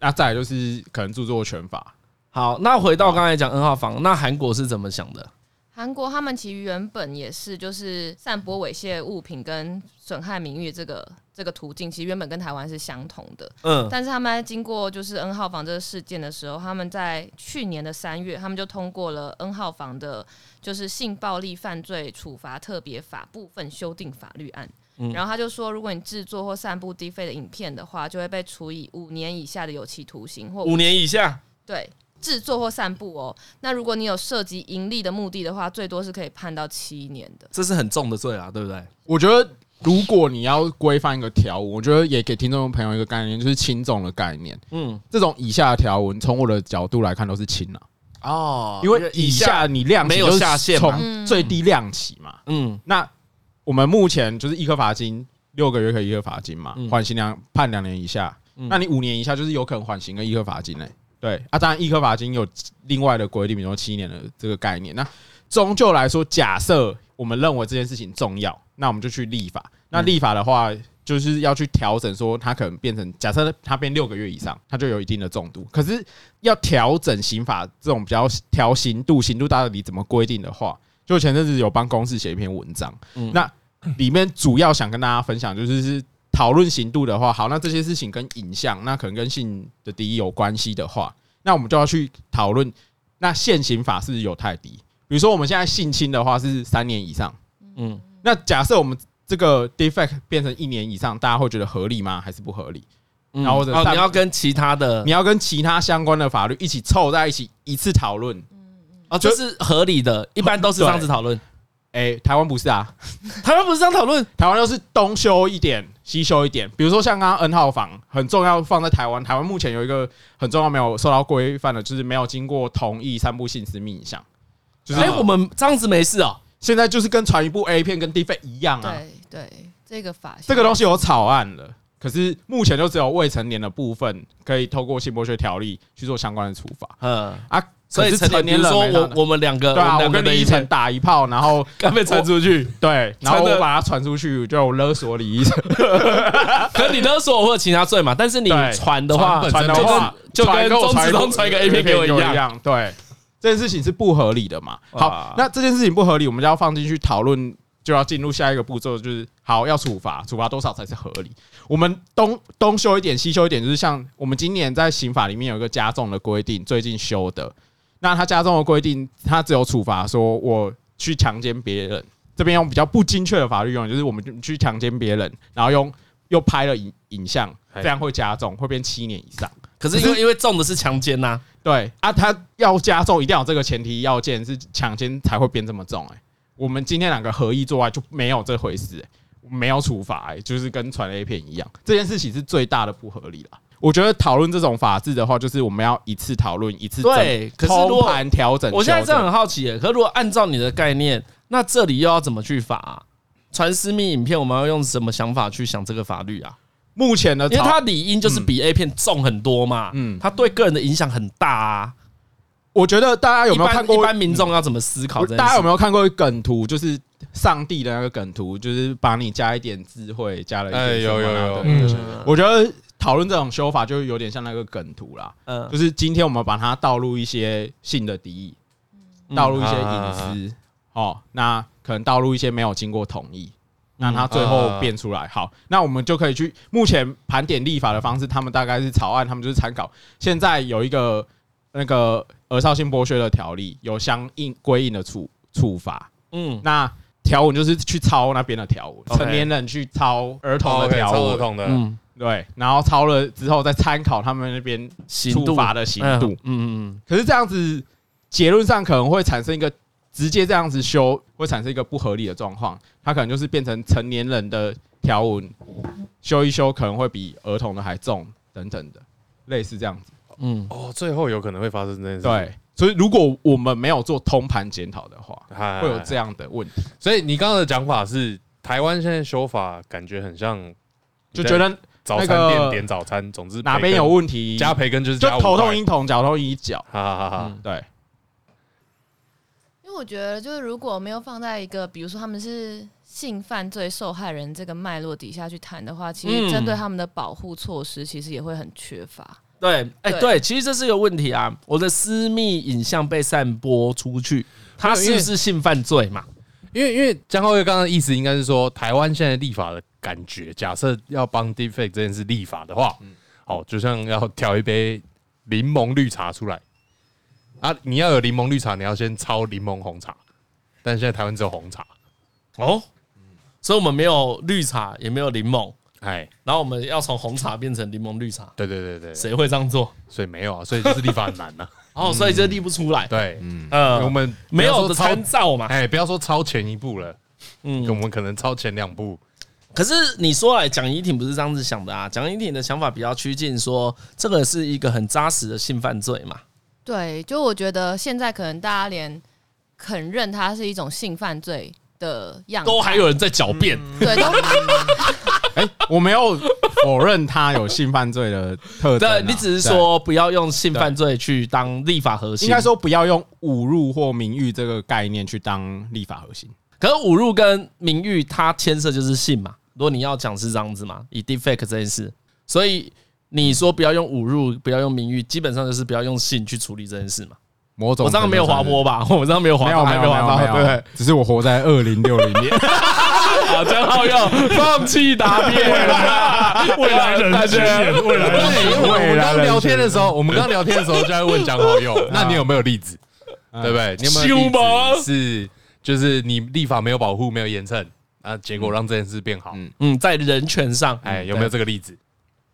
F: 那再来就是可能著作权法，
A: 好，那回到刚才讲 N 号房，那韩国是怎么想的？
E: 韩国他们其实原本也是就是散播猥亵物品跟损害名誉这个这个途径，其实原本跟台湾是相同的。
A: 嗯，
E: 但是他们在经过就是 N 号房这个事件的时候，他们在去年的三月，他们就通过了 N 号房的，就是性暴力犯罪处罚特别法部分修订法律案。
F: 嗯
E: 然后他就说，如果你制作或散布低费的影片的话，就会被处以五年以下的有期徒刑或
A: 五年以下，
E: 对制作或散布哦。那如果你有涉及盈利的目的的话，最多是可以判到七年的。
A: 这是很重的罪啊，对不对？
F: 我觉得如果你要规范一个条文，我觉得也给听众朋友一个概念，就是轻重的概念。
A: 嗯，
F: 这种以下的条文，从我的角度来看都是轻了、
A: 哦
F: 因为以下，你量
A: 没有下限嘛
F: 从最低量起嘛。
A: 嗯
F: 那我们目前就是一颗罚金，六个月可以一颗罚金嘛
A: 嗯，
F: 缓刑两判两年以下，
A: 嗯
F: 那你五年以下就是有可能缓刑跟一颗罚金嘞、对啊，当然一颗罚金有另外的规定，比如说七年的这个概念。那终究来说，假设我们认为这件事情重要，那我们就去立法。那立法的话，就是要去调整，说它可能变成假设它变六个月以上，它就有一定的重度。可是要调整刑法这种比较调刑度、刑度到底怎么规定的话，就前阵子有帮公司写一篇文章，
A: 嗯
F: 那里面主要想跟大家分享就是是讨论刑度的话，好，那这些事情跟影像，那可能跟性的敌意有关系的话，那我们就要去讨论，那现行法是不是有太低？比如说我们现在性侵的话是三年以上，
A: 嗯，
F: 那假设我们这个 defect 变成一年以上，大家会觉得合理吗？还是不合理？
A: 嗯
F: 然后或者
A: 哦
F: 散
A: 你要跟其他的
F: 你要跟其他相关的法律一起凑在一起一次讨论。
A: 哦，这是合理的，一般都是这样子讨 <laughs> 论。
F: 哎、台湾不是啊，
A: 台湾不是这样讨论，
F: 台湾就是东修一点，西修一点。比如说像刚刚 N 号房很重要，放在台湾。台湾目前有一个很重要没有受到规范的，就是没有经过同意散布性私密影像。就是
A: 哎，我们这样子没事哦。
F: 现在就是跟传一部 A 片跟 D 费一样啊，
E: 对对，这个法
F: 这个东西有草案了，可是目前就只有未成年的部分可以透过性剥削条例去做相关的处罚
A: 嗯，
F: 啊。
A: 所以
F: 可是
A: 成
F: 成
A: 年
F: 年
A: 人
F: 人
A: 说
F: 没拿
A: 我我们两个，
F: 对
A: 们
F: 啊，我
A: 两个
F: 跟
A: 的
F: 李
A: 一 <laughs>
F: 依晨打一炮，然后
A: 该被传出 <laughs> 去，
F: 对，然后
A: 真的
F: 我把它传出去，就勒索李依晨。
A: 可你勒索我有其他罪嘛？但是你
F: 对
A: 传的话，
F: 传的
A: 就跟
F: 话，
A: 就跟
F: 传我
A: 钟子通传一个 A 片给我一样
F: 样。对，这件事情是不合理的嘛？好
A: 哇，
F: 那这件事情不合理，我们就要放进去讨论，就要进入下一个步骤，就是好要处罚，处罚多少才是合理？我们东东修一点，西修一点，就是像我们今年在刑法里面有一个加重的规定，最近修的。那它加重的规定，它只有处罚说我去强奸别人，这边用比较不精确的法律用语，就是我们就去强奸别人，然后用又拍了影影像，
B: 哎
F: 这样会加重，会变七年以上。
A: 可是因为因为中的是强奸呐，
F: 对啊，他要加重，一定要有这个前提要件是强奸才会变这么重、哎，我们今天两个合意做爱就没有这回事、哎，没有处罚、哎，就是跟传 A 片一样，这件事情是最大的不合理啦。我觉得讨论这种法制的话，就是我们要一次讨论，一次整
A: 对可是如果
F: 通盘调整。
A: 我现在
F: 修
A: 真
F: 正
A: 的很好奇耶。可如果按照你的概念，那这里又要怎么去法啊？传私密影片，我们要用什么想法去想这个法律啊？
F: 目前的
A: 因为
F: 呃讨
A: 它理应就是比 A 片重很多嘛，嗯，
F: 嗯
A: 它对个人的影响很大啊。
F: 我觉得大家哎有
A: 一
F: 没有
A: 般
F: 看过
A: 一般民众要怎么思考
F: 我
A: 这件事？
F: 大家有没有看过梗图？就是上帝的那个梗图，就是把你加一点智慧，加了一
B: 哎
F: 点什
B: 有
F: 么
B: 有
F: 啦
B: 有
F: 对
A: 呃
D: 嗯，
F: 我觉得讨论这种修法，就有点像那个梗图啦。
A: 嗯
F: 就是今天我们把它倒入一些性的敌意，
A: 嗯
F: 倒入一些
B: 啊
F: 隐私，哦，那可能倒入一些没有经过同意，那它最后变出来。好，那我们就可以去目前盘点立法的方式，他们大概是草案，他们就是参考现在有一个那个儿少性剥削的条例，有相应规应的处处罚。
A: 嗯
F: 那条文就是去抄那边的条文，
A: OK
F: 成年人去抄儿童
B: 哦
F: 的
B: ，OK，
F: 条
B: 超儿
F: 文，
B: 童的，
A: 嗯，
F: 对，然后抄了之后再参考他们那边
A: 刑
F: 处
A: 度
F: 罚的刑度。
A: 嗯嗯
F: 可是这样子结论上可能会产生一个直接这样子修，会产生一个不合理的状况，它可能就是变成成年人的条文修一修，可能会比儿童的还重等等的，类似这样子。
A: 嗯
B: 哦，最后有可能会发生这件事，
F: 对，所以如果我们没有做通盘检讨的话，
B: 嗨，
F: 会有这样的问题，
B: 所以你刚刚的讲法是，台湾现在修法感觉很像，
F: 就觉得
B: 早餐
F: 那
B: 店
F: 个
B: 点早餐，总之
F: 哪
B: 培
F: 边
B: 根
F: 有问题，
B: 加培根就是
F: 就
B: 加
F: 头
B: 五
F: 痛
B: 块嗯
F: 医头，脚痛医脚。
B: 哈哈哈哈
A: 嗯，
F: 对，
E: 因为我觉得，就是如果没有放在一个，比如说他们是性犯罪受害人这个脉络底下去谈的话，其实
A: 嗯
E: 针对他们的保护措施，其实也会很缺乏。
A: 对，哎、
E: 对
A: 对，其实这是一个问题啊。我的私密影像被散播出去，它是不是性犯罪嘛？
B: 因为因为江浩月刚刚的意思应该是说，台湾现在立法的感觉，假设要帮 deepfake 这件事立法的话，好、就像要调一杯柠檬绿茶出来啊，你要有柠檬绿茶，你要先抄柠檬红茶，但现在台湾只有红茶，
A: 哦，所以我们没有绿茶，也没有柠檬，
B: 哎，
A: 然后我们要从红茶变成柠檬绿茶，
B: 对对对对，
A: 谁会这样做？
B: 所以没有啊，所以就是立法很难呐、
A: 哦，所以就立不出来。
B: 对，我
A: 呃，
B: 们不
A: 没
B: 要
A: 有
B: 说
A: 的
B: 超
A: 参，照嘛。
B: 哎，不要说超前一步了，
A: 嗯
B: 我，们可能超前两步，
A: 可是你说来，蒋怡婷不是这样子想的啊。蒋怡婷的想法比较趋近说，这个是一个很扎实的性犯罪嘛。
E: 对，就我觉得现在可能大家连肯认它是一种性犯罪的样子，
A: 都还有人在狡辩，
E: 对
A: <laughs>
E: 都
F: 哎，我没有否认他有性犯罪的特征啊
A: 对，你只是说不要用性犯罪去当立法核
F: 对
A: 心。
F: 应该，说不要用侮辱或名誉这个概念去当立法核心。
A: 可是侮辱跟名誉它牵涉就是性嘛。如果你要讲是这样子嘛，以 defect 这件事，所以你说不要用侮辱，不要用名誉，基本上就是不要用性去处理这件事嘛。
F: 某种
A: 我这样没有滑坡
F: 坡，
A: 吧？我这样没有滑
F: 没
A: 坡，
F: 有
A: 还
F: 没有
A: 滑
F: 没有
A: 到，
F: 没
A: 对不对
F: 有？，只是我活在二零六零年。
A: <laughs> 啊，江浩耀放弃答
F: <laughs>
A: 辩，
D: 未来人的经验，未来
B: <laughs>
D: 人的
B: 对，
D: 经验
B: 因为我们刚聊天的时候，我们刚聊天的时候就在问蒋好友，那你有没有例子？对不对？你有没
A: 羞
B: 有
A: 吗
B: 例子是就是你立法没有保护，没有严惩啊，结果让这件事变好？
F: 嗯
A: 嗯，在人权上，
B: 哎，有没有这个例子？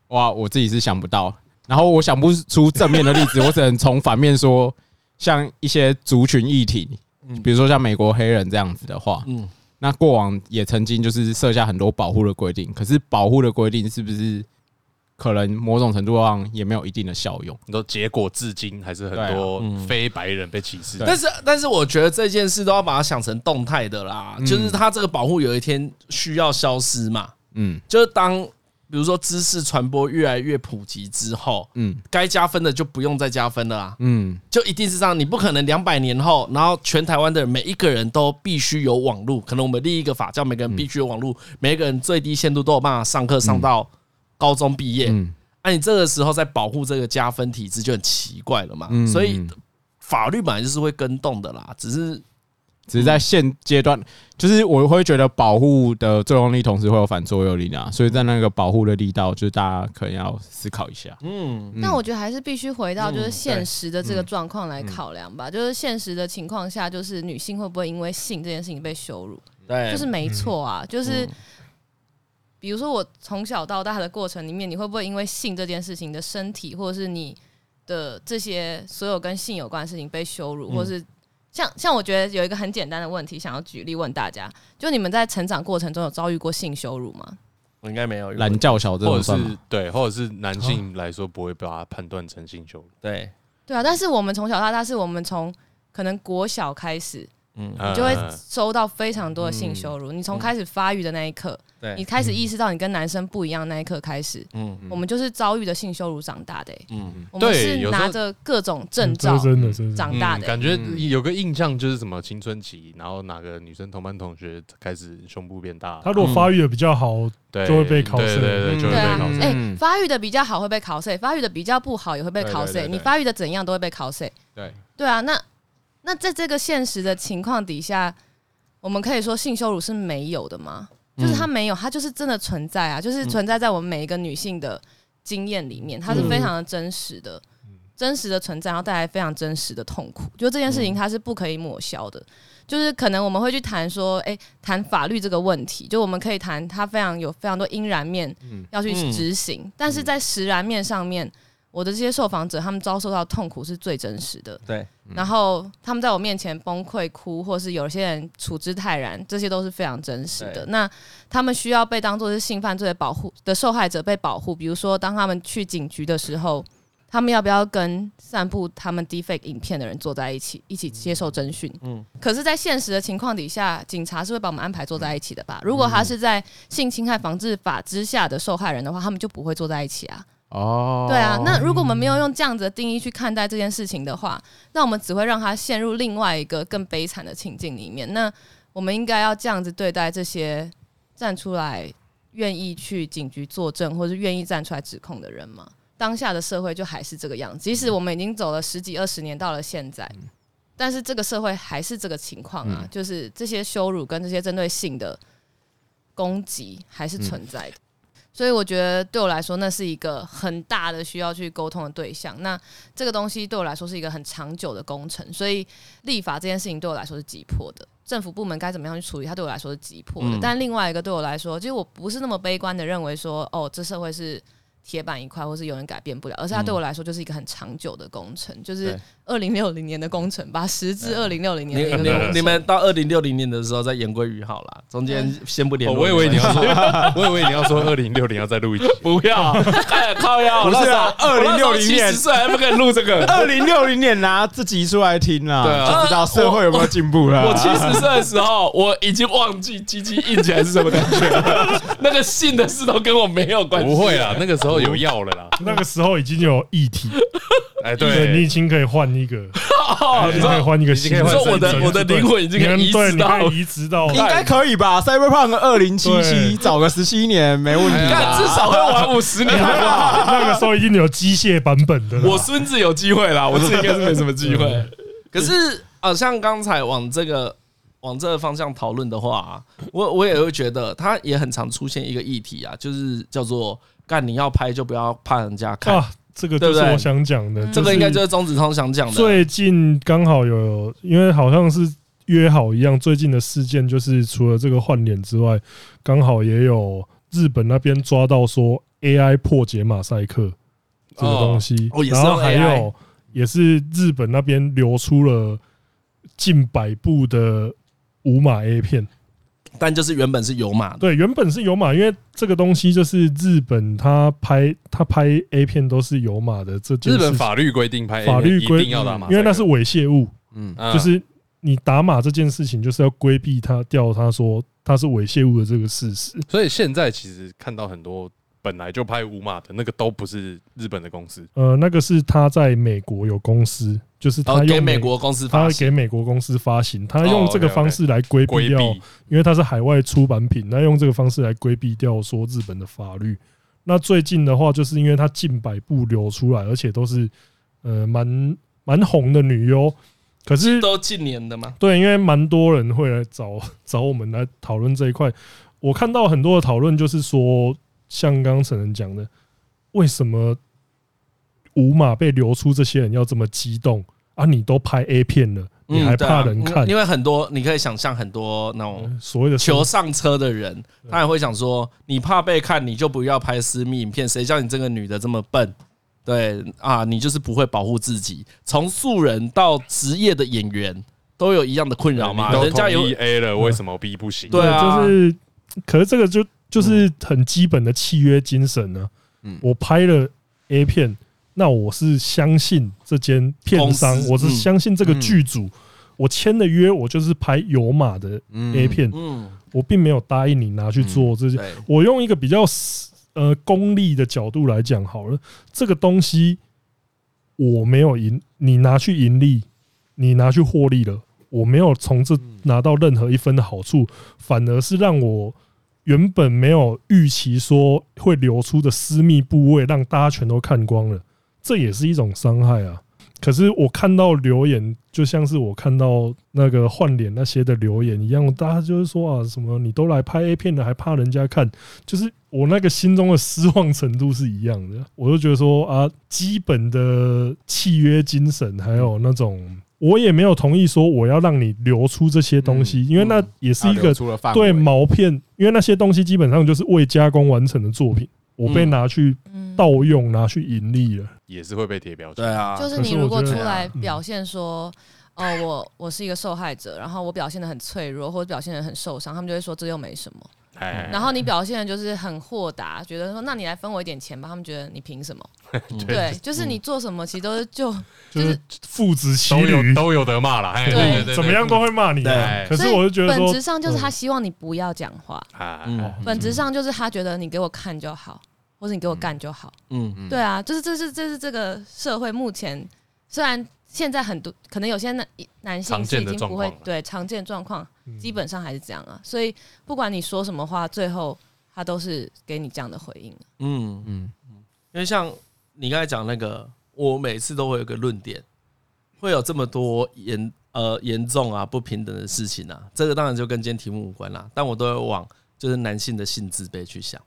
F: 哇，我自己是想不到。然后我想不出正面的例
B: <laughs>
F: 子，我只能从反面说，像一些族群议题，
B: 嗯
F: 比如说像美国黑人这样子的话，
A: 嗯
F: 嗯，那过往也曾经就是设下很多保护的规定，可是保护的规定是不是可能某种程度上也没有一定的效用？
B: 你说结果至今还是很多非白人被歧视，
A: 但是，但是我觉得这件事都要把它想成动态的啦，就是它这个保护有一天需要消失嘛。
F: 嗯
A: 就是当比如说知识传播越来越普及之后，
F: 嗯
A: 该加分的就不用再加分了啊，
F: 嗯，
A: 就一定是这样。你不可能两百年后，然后全台湾的人每一个人都必须有网络，可能我们立一个法叫每个人必须有网络，每一个人最低限度都有办法上课上到高中毕业。啊
F: 嗯
A: 那、你这个时候在保护这个加分体制就很奇怪了嘛。
F: 嗯
A: 所以
F: 嗯
A: 法律本来就是会跟动的啦，只是
F: 只是在现阶段，就是我会觉得保护的作用力同时会有反作用力啊，所以在那个保护的力道，就是大家可能要思考一下。
A: 嗯，
E: 但我觉得还是必须回到就是现实的这个状况
A: 嗯
E: 来考量吧，就是现实的情况下，就是女性会不会因为性这件事情被羞辱？
A: 对，
E: 就是没错啊，就是
A: 嗯
E: 比如说我从小到大的过程里面，你会不会因为性这件事情的身体，或者是你的这些所有跟性有关的事情被羞辱，
A: 嗯
E: 或是像像我觉得有一个很简单的问题，想要举例问大家，就你们在成长过程中有遭遇过性羞辱吗？
A: 我应该没有，
F: 懒教小这
B: 或
F: 种
B: 者
F: 算吗？
B: 是对，或者是男性来说不会把它判断成性羞辱。
A: 对，
E: 对啊，但是我们从小到大，是我们从可能国小开始，
A: 嗯，
B: 你
E: 你就会收到非常多的性羞辱。你从开始发育的那一刻，
A: 对
E: 你开始意识到你跟男生不一样那一刻开始，
A: 嗯
E: 我们就是遭遇的性羞辱长大的、欸
A: 嗯，
E: 我们
B: 对
E: 是
B: 有时候嗯
E: 拿着各种证
D: 这
E: 照
D: 嗯是真的，真的
E: 长大的欸、
B: 感觉有个印象就是什么青春期，然后哪个女生同班同学开始胸部变大，
D: 他如果发育的比较好，
B: 对
D: 就会被考
B: 对
D: 试
B: 对对，就会
E: 对
B: 被
E: 啊
B: 考
F: 嗯，
B: 试。
E: 哎、
F: 嗯
E: 发育的比较好会被考 C，发育的比较不好也会被
F: 对
E: 考 C。
F: 对对对
E: 你发育的怎样都会被考 C。
F: 对，
E: 对啊，那那在这个现实的情况底下，我们可以说性羞辱是没有的吗？
B: 嗯
E: 就是它没有，它就是真的存在啊，就是存在在我们每一个女性的经验里
B: 嗯
E: 面，它是非常的真实的，真实的存在，然后带来非常真实的痛苦。就这件
A: 嗯
E: 事情，它是不可以抹消的。就是可能我们会去谈说，诶，谈法律这个问题，就我们可以谈它非常有非常多阴然面要去
A: 嗯
E: 执行，但是在实然面上面，我的这些受访者他们遭受到的痛苦是最真实的。
A: 对，嗯
E: 然后他们在我面前崩溃哭，或是有些人处之泰然，这些都是非常真实的
A: 对。
E: 那他们需要被当做是性犯罪的保护的受害者被保护，比如说当他们去警局的时候，他们要不要跟散布他们 deepfake 影片的人坐在一起，一起接受侦讯？
A: 嗯
E: 嗯，可是，在现实的情况底下，警察是会把我们安排坐在一起的吧？如果他是在性侵害防治法之下的受害人的话，他们就不会坐在一起啊。
F: 哦，
E: 对啊，那如果我们没有用这样子的定义去看待这件事情的话，那我们只会让他陷入另外一个更悲惨的情境里面。那我们应该要这样子对待这些站出来愿意去警局作证，或是愿意站出来指控的人吗？当下的社会就还是这个样子，即使我们已经走了十几二十年，到了现在，但是这个社会还是这个情况啊，
F: 嗯
E: 就是这些羞辱跟这些针对性的攻击还
F: 嗯
E: 是存在的。所以我觉得对我来说，那是一个很大的需要去沟通的对象。那这个东西对我来说是一个很长久的工程，所以立法这件事情对我来说是急迫的。政府部门该怎么样去处理，它对我来说是急迫的。
F: 嗯
E: 但另外一个对我来说，其实我不是那么悲观的认为说，哦，这社会是铁板一块，或是有人改变不了，而是它对我来说就是一个很长久的工程，就是
F: 对
E: 二零六零年的工程吧，十至二零六零
A: 你
E: 年的一个工
A: 你
E: 程。
A: 你们到二零六零年的时候再言归于好啦，中间先不联
B: 哦
A: 络。
B: 我以为你要说， <laughs> 我以为你要说二零六零要再录一集，
A: <laughs> 不要，哎靠呀！我
F: 不
A: 那
F: 是
A: 时候
F: 啊2060年
A: 七十岁还不敢录这个。
F: 二零六零年拿自己出来听啦，
B: 对啊
F: 就知道社会有没有进步啦。
A: 我 <laughs> 七十岁的时候，我已经忘记鸡鸡硬起来是什么感觉了，那个性的事都跟我没有关系。
B: <laughs> 不会啦，那个时候有药了
A: <laughs>
B: 啦。
D: 那个时候已经有议题，
B: 哎，
D: 对你
B: 对，
D: 已经可以换
A: <laughs>
D: 一个，
A: 哦，你
D: 你可以
A: 说
D: 换一个
B: 已
D: 新
B: 经可以
D: 的
B: 换
D: 身份，
A: 你说我的我的灵魂已经可以移植
D: 对，你
A: 到
D: 可以移植到
A: <laughs>
F: 应该可以吧？Cyberpunk 二零七七，
D: 对
F: 找个十七年没问题啊
A: 干
F: 吧。
A: 至少会玩五十年，好不好？
D: 那个时候一定有机械版本的啦。
A: <laughs> 我孙子有机会啦，我自己应该是没什么机会。 <laughs> 可是啊，像刚才往这个往这个方向讨论的话啊、我我也会觉得，它也很常出现一个议题啊，就是叫做干你要拍就不要怕人家看，
D: 啊，这个就是
A: 对不对
D: 我想讲的，
A: 这个应该就是是钟子通想讲的。
D: 最近刚好有，因为好像是约好一样，最近的事件就是除了这个换脸之外，刚好也有日本那边抓到说 AI 破解马赛克这个东西，
A: 哦哦也是
D: 然后还有
A: AI
D: 也是日本那边流出了近百部的无码 A 片。
A: 但就是原本是有码的，
D: 对，原本是有码，因为这个东西就是日本他拍他拍 A 片都是有码的，这件
B: 日
D: 事
B: 本
D: 情
B: 法律规定拍 A
D: 法律
B: 一
D: 规
B: 定要打马赛克，
D: 因为那是猥亵物，
F: 嗯，
B: 嗯
D: 就是你打码这件事情就是要规避他掉他说他是猥亵物的这个事实。
B: 所以现在其实看到很多本来就拍五码的那个都不是日本的公司，
D: 呃，那个是他在美国有公司，就是
A: 然后
D: 他
A: 哦给
D: 用
A: 美。国公司
D: 他
A: 发行。
D: 给美国公司发行，他用这个
B: 哦，OK，OK
D: 方式来规避
B: 规
D: 掉，
B: 避
D: 因为它是海外出版品，那用这个方式来规避掉说日本的法律。那最近的话，就是因为它近百部流出来，而且都是呃蛮蛮红的女优，可是
A: 都近年的嘛，
D: 对，因为蛮多人会来找 <laughs> 找我们来讨论这一块。我看到很多的讨论，就是说，像刚刚陈人讲的，为什么五马被流出这些人要这么激动啊？你都拍 A 片了，你还
A: 对
D: 怕
A: 啊
D: 人看？
A: 因为很多你可以想象很多那种
D: 所谓的
A: 求上车的人，他也会想说：你怕被看，你就不要拍私密影片。谁叫你这个女的这么笨？对啊，你就是不会保护自己。从素人到职业的演员，都有一样的困扰嘛
B: 你。都
A: 人家有嗯
B: 同意 A 了，为什么 B 不行？
A: 对啊
D: 就是，可是这个就就是很基本的契约精神呢、
F: 嗯
D: 我拍了 A 片，那我是相信这间片商
A: 公，司嗯
D: 我是相信这个剧组，我签的约，我就是拍有码的 A 片，
A: 嗯，
D: 我并没有答应你拿去做这些。
A: 对，
D: 我用一个比较 s- 呃功利的角度来讲好了，这个东西我没有盈，你拿去盈利，你拿去获利了，我没有从这
A: 嗯
D: 拿到任何一分的好处，反而是让我原本没有预期说会流出的私密部位让大家全都看光了，这也是一种伤害啊。可是我看到留言，就像是我看到那个换脸那些的留言一样，大家就是说啊，什么你都来拍 A 片了，还怕人家看？就是我那个心中的失望程度是一样的。我就觉得说啊，基本的契约精神，还有那种我也没有同意说我要让你流出这些东西，因为那也是一
F: 嗯啊它流
D: 个
F: 出了范
D: 对
F: 围，
D: 毛片，因为那些东西基本上就是未加工完成的作品，我被
A: 嗯
D: 拿去
E: 嗯
D: 盗用，拿去盈利了。
B: 也是会被贴标签
A: 对。啊，
E: 就是
D: 可
E: 你
D: 是我
E: 如果
D: 觉
E: 出
D: 得
E: 来
D: 嗯
E: 表现说，哦，我我是一个受害者，然后我表现的很脆弱，或者表现的很受伤，他们就会说这又没什么。
B: 哎，
E: 然后你表现的就是很豁达，觉得说那你来分我一点钱吧，他们觉得你凭什么？
A: 嗯
E: 对，就是你做什么其实都是就
D: 就是父子骑
B: 都有
D: 驴，嗯
B: 都有得骂了，哎
E: 对
B: 对对，
D: 怎么样都会骂你啊。
B: 对
D: 可是
E: 所以
D: 我就觉得
E: 本
D: 说嗯
E: 质，上就是他希望你不要讲话，
B: 啊，
A: 嗯
B: 嗯
E: 本质上就是他觉得你给我看就好。或者你给我干就好。
F: 嗯，
E: 对啊，就是这是这是这个社会目前虽然现在很多可能有些男男性
B: 常
E: 是
B: 见
E: 已
B: 的
E: 经不
B: 状
E: 会
B: 况啦嗯
E: 对常见状况，基本上还是这样啊。所以不管你说什么话，最后他都是给你这样的回应。
A: 嗯，
F: 嗯，
A: 因为像你刚才讲那个，我每次都会有一个论点，会有这么多严呃严重啊不平等的事情啊，这个当然就跟今天题目无关啦，但我都会往就是男性的性自卑去想，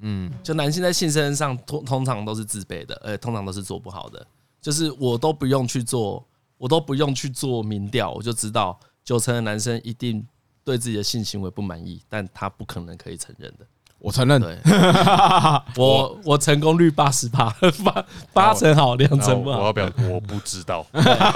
F: 嗯，
A: 就男性在性身上通通常都是自卑的，呃，通常都是做不好的，就是我都不用去做，我都不用去做民调，我就知道九成的男生一定对自己的性行为不满意，但他不可能可以承认的。
F: 我承
A: <laughs>
F: 认，
A: 对，嗯我我成功率八 <laughs> 十趴，八八成好，两
B: 然后
A: 成不
B: 我
A: 好
B: 要。表我不知道，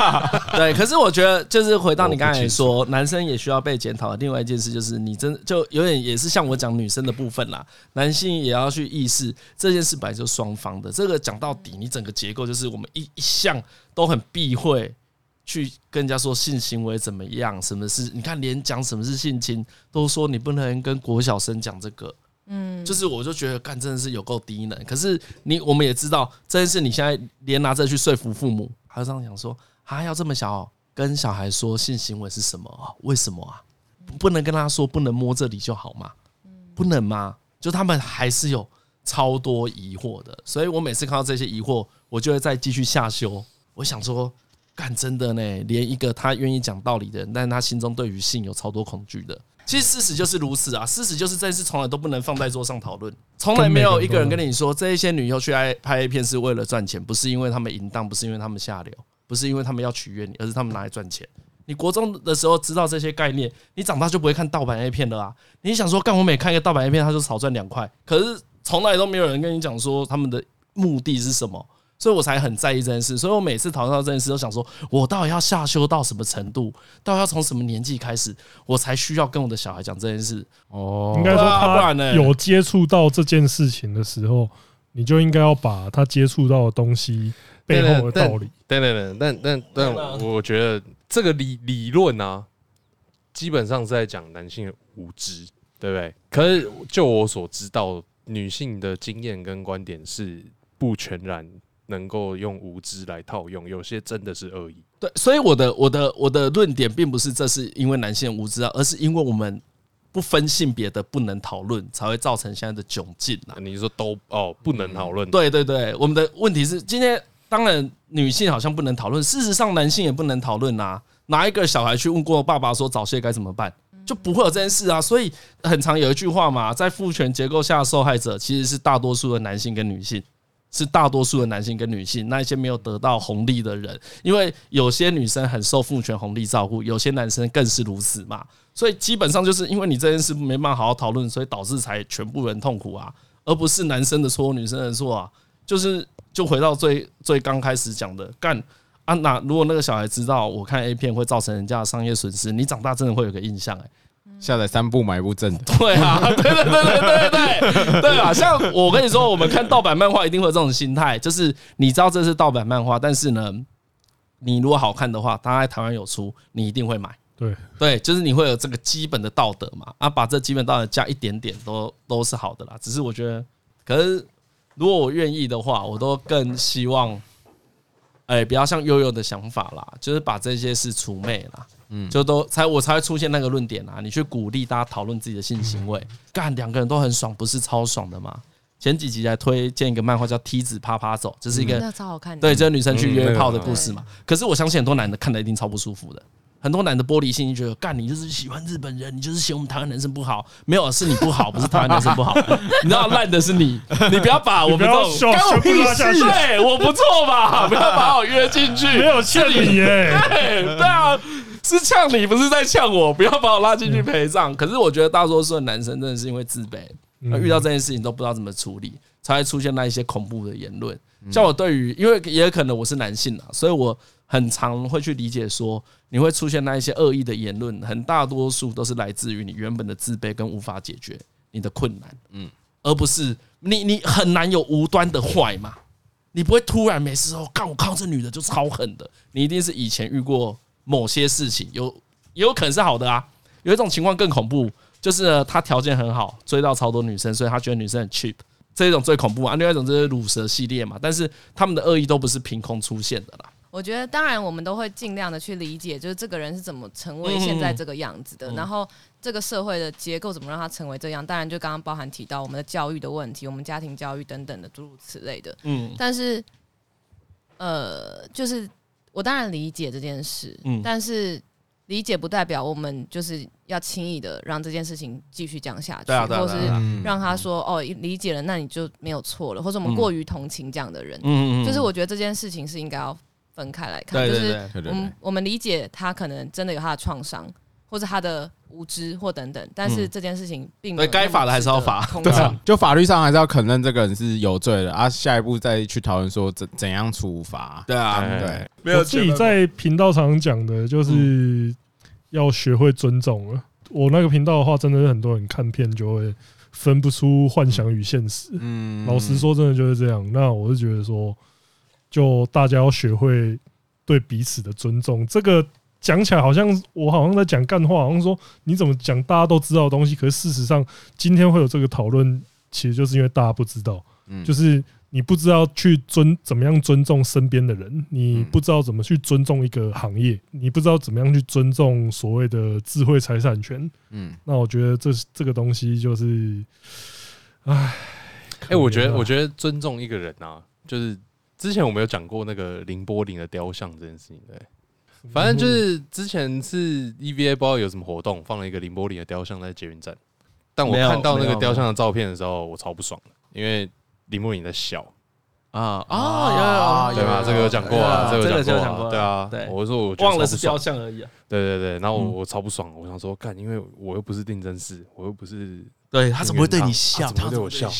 A: <laughs> 对，可是我觉得就是回到你刚
B: 我
A: 才
B: 不清
A: 说，男生也需要被检讨的。另外一件事就是，你真就有点也是像我讲女生的部分啦，男性也要去意识这件事本来就双方的。这个讲到底，你整个结构就是我们一一向都很避讳。去跟人家说性行为怎么样，什么是？你看，连讲什么是性侵，都说你不能跟国小生讲这个。
E: 嗯，
A: 就是我就觉得干真的是有够低能。可是你我们也知道这件事，你现在连拿这去说服父母，还有这样讲说啊，要这么小哦、跟小孩说性行为是什么啊？为什么啊？不不能跟他说不能摸这里就好吗？不能吗？就他们还是有超多疑惑的，所以我每次看到这些疑惑，我就会再继续下修。我想说，干真的呢，连一个他愿意讲道理的人，但他心中对于性有超多恐惧的。其实事实就是如此啊，事实就是这件事从来都不能放在桌上讨论，从来没有一个人跟你说，这一些女优去爱拍 A 片是为了赚钱，不是因为他们淫荡，不是因为他们下流，不是因为他们要取悦你，而是他们拿来赚钱。你国中的时候知道这些概念，你长大就不会看盗版 A 片了啊！你想说，干我每看一个盗版 A 片，他就少赚两块，可是从来都没有人跟你讲说他们的目的是什么，所以我才很在意这件事。所以我每次讨论到这件事，都想说我到底要下修到什么程度，到底要从什么年纪开始，我才需要跟我的小孩讲这件事。
F: 哦
D: 应该说
A: 对啊不
D: 他
A: 然呢
D: 嗯有接触到这件事情的时候，你就应该要把他接触到的东西背后的道理。
B: 等等等，但但但
A: 对啊
B: 我觉得这个理理论啊，基本上是在讲男性的无知，对不对？可是就我所知道，女性的经验跟观点是不全然能够用无知来套用，有些真的是恶意。
A: 对，所以我的我的我的论点并不是这是因为男性无知啊，而是因为我们不分性别的不能讨论，才会造成现在的窘境啊。
B: 你说都哦，不能讨论，
A: 对对对，我们的问题是今天当然女性好像不能讨论，事实上男性也不能讨论啊。哪一个小孩去问过爸爸说早泄该怎么办，
B: 嗯
A: 就不会有这件事啊。所以很常有一句话嘛，在父权结构下，受害者其实是大多数的男性跟女性。是大多数的男性跟女性，那一些没有得到红利的人，因为有些女生很受父权红利照顾，有些男生更是如此嘛。所以基本上就是因为你这件事没办法好好讨论，所以导致才全部人痛苦啊，而不是男生的错、女生的错啊。就是就回到最最刚开始讲的，干啊那如果那个小孩知道我看 A 片会造成人家的商业损失，你长大真的会有个印象哎、
F: 下载三部买一部正的，
A: <laughs> 对啊， <laughs> 对对对对对对对啊！像我跟你说，我们看盗版漫画一定会有这种心态，就是你知道这是盗版漫画，但是呢，你如果好看的话，它在台湾有出，你一定会买。
D: 对，
A: 对，就是你会有这个基本的道德嘛，啊，把这基本道德加一点点都都是好的啦。只是我觉得，可是如果我愿意的话，我都更希望，哎、不要像悠悠的想法啦，就是把这些事除魅啦，嗯，就都才我才会出现那个论点啊，你去鼓励大家讨论自己的性行为，干两个人都很爽，不是超爽的吗？前几集来推荐一个漫画叫《梯子啪啪走》，这是一个
E: 嗯那超好看的。
A: 对，，就是女生去
B: 嗯
A: 约
B: 那个
A: 炮的
B: 很
A: 故事嘛。可是我相信很多男的看的一定超不舒服的，很多男的玻璃心，就觉得干你就是喜欢日本人，你就是嫌我们台湾男生不好。没有，是你不好，不是台湾男生
D: <laughs>
A: 不好。你知道烂的是你，你不要把我
D: 你
A: 们
D: 不
A: 这
D: 要
A: 种。
D: 笑，全部拉下去，
A: 对，我不错吧？不要把我约进去。
D: 没有欠你耶。
B: <laughs>
A: 对对啊，是呛你，不是在呛我，不要把我拉进去陪葬。可是我觉得大多数的男生真的是因为自卑，那遇到这件事情都不知道怎么处理，才会出现那一些恐怖的言论。像我对于，因为也可能我是男性啊，所以我很常会去理解说，你会出现那一些恶意的言论，很大多数都是来自于你原本的自卑跟无法解决你的困难，嗯，而不是你你很难有无端的坏嘛。你不会突然没事哦，干我看到这女的就超狠的，你一定是以前遇过某些事情，有也有可能是好的啊。呃有一种情况更恐怖，就是呢他条件很好，追到超多女生，所以他觉得女生很 cheap，这一种最恐怖嘛，啊另外一种就是乳蛇系列嘛，但是他们的恶意都不是凭空出现的啦。
E: 我觉得，当然我们都会尽量的去理解，就是这个人是怎么成为现
B: 嗯
E: 在这个样子的，然后这个社会的结构怎么让他成为这样。当然，就刚刚包含提到我们的教育的问题，我们家庭教育等等的诸如此类的。
A: 嗯，
E: 但是，呃，就是我当然理解这件事，
A: 嗯
E: 但是理解不代表我们就是要轻易的让这件事情继续讲下去，
A: 对啊对啊
E: 或
A: 对啊
E: 是
A: 对啊
F: 嗯
E: 让他说哦理解了，那你就没有错了，或者我们
A: 嗯
E: 过于同情这样的人，
A: 嗯
E: 就是我觉得这件事情是应该要分开来看，
A: 对对
E: 就是
A: 对，
F: 对对
E: 我们我们理解他可能真的有他的创伤，或者他的无知或等等，但是
A: 嗯
E: 这件事情并没
A: 对
E: 有
A: 该罚的还是要罚
E: 那么值得同
F: 对
E: 情
F: 啊，就法律上还是要肯认这个人是有罪的啊，下一步再去讨论说怎怎样处罚。
A: 对啊，
B: 哎
F: 对，
A: 没
D: 我自己在频道常讲的就是要学会尊重了。我那个频道的话，真的是很多人看片就会分不出幻想与现实。
F: 嗯
D: 老实，说，真的就是这样。那我是觉得说，就大家要学会对彼此的尊重。这个讲起来好像我好像在讲干话，好像说你怎么讲大家都知道的东西，可是事实上今天会有这个讨论，其实就是因为大家不知道。
F: 嗯
D: 就是你不知道去尊怎么样尊重身边的人，你
F: 嗯
D: 不知道怎么去尊重一个行业，你不知道怎么样去尊重所谓的智慧财产权。
F: 嗯，
D: 那我觉得这是这个东西就是，唉，啊
B: 哎、我觉
A: 啊
B: 得，我
D: 得
B: 觉得尊重一个人啊，就是之前我们有讲过那个凌波丽的雕像这件事情，对，反正就是之前是 EVA 不知道有什么活动，放了一个凌波丽的雕像在捷运站，但我
A: 没有
B: 看到那
A: 没
B: 个
A: 有
B: 雕像的照片的时候，我超不爽的，因为林波丽在笑，
A: 啊啊，有有有
B: 对吧？这个有讲过啊，
A: 有
B: 这
A: 有有
B: 个有
A: 哎这个
B: 讲过啊，对啊，
A: 对，
B: 我就说我觉得
A: 忘了
B: 超
A: 是
B: 不爽
A: 雕像而已啊。
B: 对对对，然后我
A: 嗯
B: 我超不爽，我想说干，因为我又不是定真寺，我又不是啊
A: 对哎 <laughs> 他怎么会对你笑？
B: 他怎么会对我笑？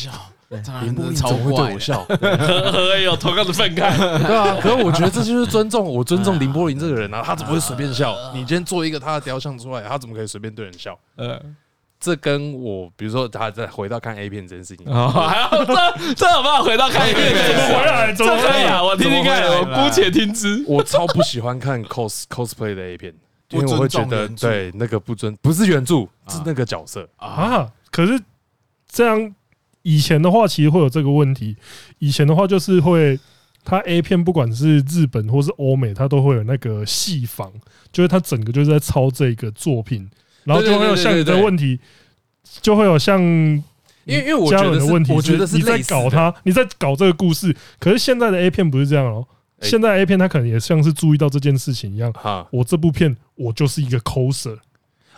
F: 林
B: 林波
F: 波
B: 丽
F: 超
B: 怎么会
F: 怪
B: 对
F: 的
B: 我，笑？
A: 呵，有同样的愤慨。
B: <laughs> 对啊，可是我觉得这就是尊重，我尊重林柏林这个人啊，他怎么会随便笑？你今天做一个他的雕像出来，他怎么可以随便对人笑？
A: 嗯，
B: 这跟我，比如说他再回到看 A 片这件事情，
A: 还要这这有办法回到看一遍？
D: 回来怎
A: 这
D: 么
A: 可以啊，我听听看，我
B: 怎么回来
A: 姑且听之。
B: <laughs> 我超不喜欢看 cos cosplay 的 A 片，因为我会觉得
F: 不尊重
B: 对那个不尊不是原著，
F: 啊
B: 是那个角色。
F: 啊？
D: 啊，可是这样以前的话，其实会有这个问题。以前的话就是会，它 A 片不管是日本或是欧美，它都会有那个戏仿，就是它整个就是在抄这个作品，然后就会有像你的问题，就会有像
B: 因为因为我
D: 家
B: 觉
D: 人
B: 得
D: 的
B: 是
D: 问题，
B: 我觉得是
D: 你在
B: 类似
D: 搞
B: 的，
D: 它，你在搞这个故事。可是现在的 A 片不是这样哦，
B: 哎
D: 现在 A 片它可能也像是注意到这件事情一样。
B: 哈
D: 我这部片，我就是一个 coser，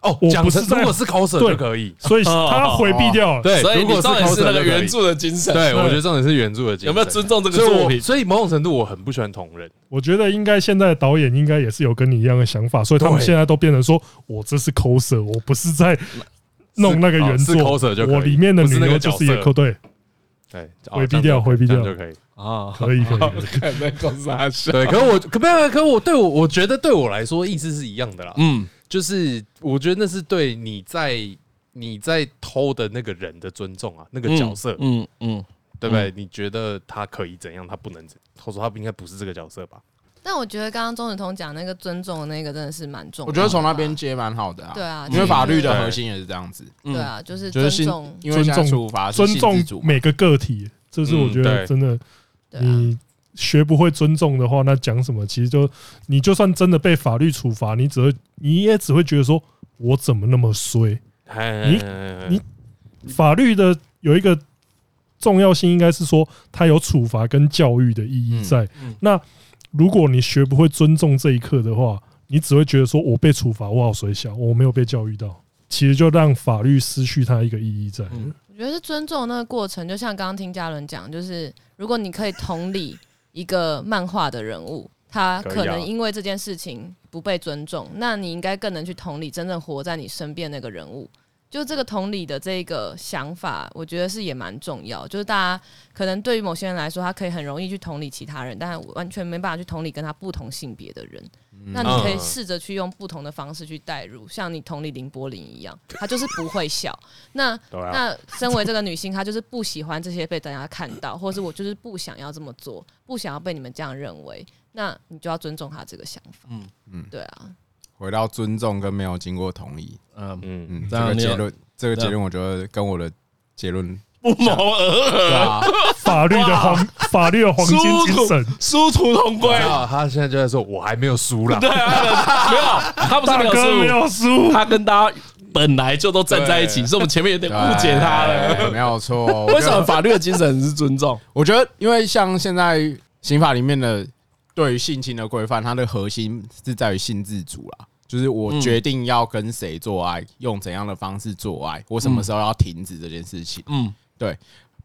B: 哦
D: 我，
B: 讲
D: 不是
B: 成
D: 在
B: 如果是 coser
D: 对
B: 就可以，
D: 所以它回避掉了。
B: 对，
A: 所以
B: 如果
A: 你
B: 是
A: 到底是
B: coser
A: 那个
B: 就可以
A: 原。著的精神，
B: 对，我觉得重点是原著的精神
A: 有没有尊重这个
B: 所以
A: 作
B: 我
A: 品？
B: 所以某种程度我很不喜欢同人。
D: 我觉得应该现在的导演应该也是有跟你一样的想法，所以他们
B: 对
D: 现在都变成说我这是 coser，我不是在弄那个原
B: 是
D: 作，
B: coser 就可以
D: 我里面的
B: 不
D: 女
B: 是那
D: 优
B: 个
D: 就
B: 角
D: 是一个
B: 色
D: cos，对，
B: <laughs> 对，哦
D: 回避掉，回避
B: 这样，
D: 掉
B: 就可以。
A: 啊，
D: 可以可以可以。
F: 在告诉他笑，
B: 对，可我可没有，可我对我我觉得对我来说意思是一样的啦，
A: 嗯，
B: 就是我觉得那是对你在你在偷的那个人的尊重啊，那个角色，
A: 嗯嗯，
B: 对不对？你觉得他可以怎样，他不能怎样，或者说他不应该不是这个角色吧？
E: 但我觉得刚刚钟子通讲那个尊重的那个真的是蛮重要的吧，
F: 我觉得从那边接蛮好的啊。
E: 对啊
F: 因为法律的
B: 对
F: 核心也是这样子，
A: 嗯
E: 对啊，就是
F: 就
E: 尊
F: 是性
E: 重，，
F: 因为现在
D: 尊重
F: 处罚是
D: 尊
F: 性自主
D: 重
F: 嘛
D: 每个个体，这是我觉
B: 嗯
D: 得
B: 对
D: 真的，
E: 对啊，
D: 你学不会尊重的话，那讲什么？其实就你就算真的被法律处罚，你只会你也只会觉得说我怎么那么衰。
B: 哎，
D: 你法律的有一个重要性，应该是说它有处罚跟教育的意义在。
A: 嗯嗯
D: 那如果你学不会尊重这一刻的话，你只会觉得说我被处罚，我好水小，我没有被教育到。其实就让法律失去它一个意义在。
A: 嗯
E: 我觉得是尊重那个过程，就像刚刚听嘉伦讲，就是如果你可以同理一个漫画的人物，他
B: 可以啊
E: 可能因为这件事情不被尊重，那你应该更能去同理真正活在你身边那个人物。就这个同理的这个想法，我觉得是也蛮重要。就是大家可能对于某些人来说，他可以很容易去同理其他人，但完全没办法去同理跟他不同性别的人。
B: 嗯
E: 那你可以试着去用不同的方式去代入，像你同理林柏林一样，他就是不会笑。那
B: 对啊，
E: 那身为这个女性，她就是不喜欢这些被大家看到，或是我就是不想要这么做，不想要被你们这样认为，那你就要尊重她这个想法。
A: 嗯
E: 嗯
F: 嗯
E: 嗯，对啊，
F: 回到尊重跟没有经过同意，
A: 嗯，
B: 嗯，
F: 嗯，
A: 这
F: 这
A: 样
F: 个
A: 你有
F: 结论，这个
A: 这
F: 结
A: 样
F: 论，我觉得跟我的结论
A: 不谋而合，
F: 对啊，
D: 法律
A: <laughs>
D: 的黄法律的黄金精神，
A: 殊途同归。
B: 啊，他现在就在说，我还没有输啦
A: 对。啊，没有，他不是
D: 大
A: 没有
D: 哥没
A: 输，
D: 有输，
A: 他跟大家本来就都站在一起，
B: 对
A: 所以我们前面有点误解他了。
F: 啊对，没有
A: <laughs>
F: 错。
A: 为什么法律的精神是尊重？
F: 我觉得，因为像现在刑法里面的对于性侵的规范，它的核心是在于性自主啦，就是我决定要跟谁做爱，用怎样的方式做爱，我什么时候要停止这件事情。
A: 嗯，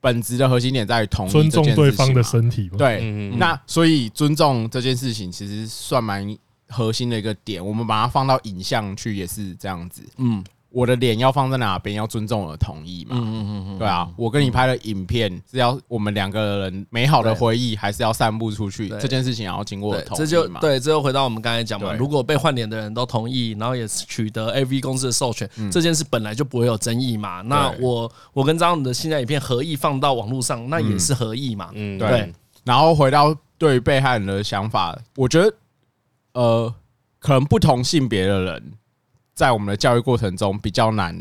F: 本质的核心点在于同意
D: 尊
F: 这
D: 重
F: 件事
D: 对
F: 情啊
D: 方的
F: 嘛
D: 身体嘛。
F: 对，
B: 嗯，
F: 那所以尊重这件事情其实算蛮核心的一个点，我们把它放到影像去也是这样子。
A: 嗯
F: 我的脸要放在哪边，要尊重我的同意嘛。
A: 嗯嗯嗯
F: 对啊，我跟你拍的影片是要我们两个人美好的回忆，还是要散布出去？
A: 对
F: 这件事情也要经过我
A: 对
F: 的，同
A: 这就
F: 意嘛？
A: 对，这就回到我们刚才讲嘛，
F: 对嗯
A: 如果被换脸的人都同意，然后也取得 AV 公司的授权，这件事本来就不会有争议嘛。那
F: 对
A: 我我跟张勇的现在影片合意放到网络上，那也是合意嘛。
B: 嗯
F: 对，然后回到对于被害人的想法，我觉得，呃，可能不同性别的人，在我们的教育过程中比较难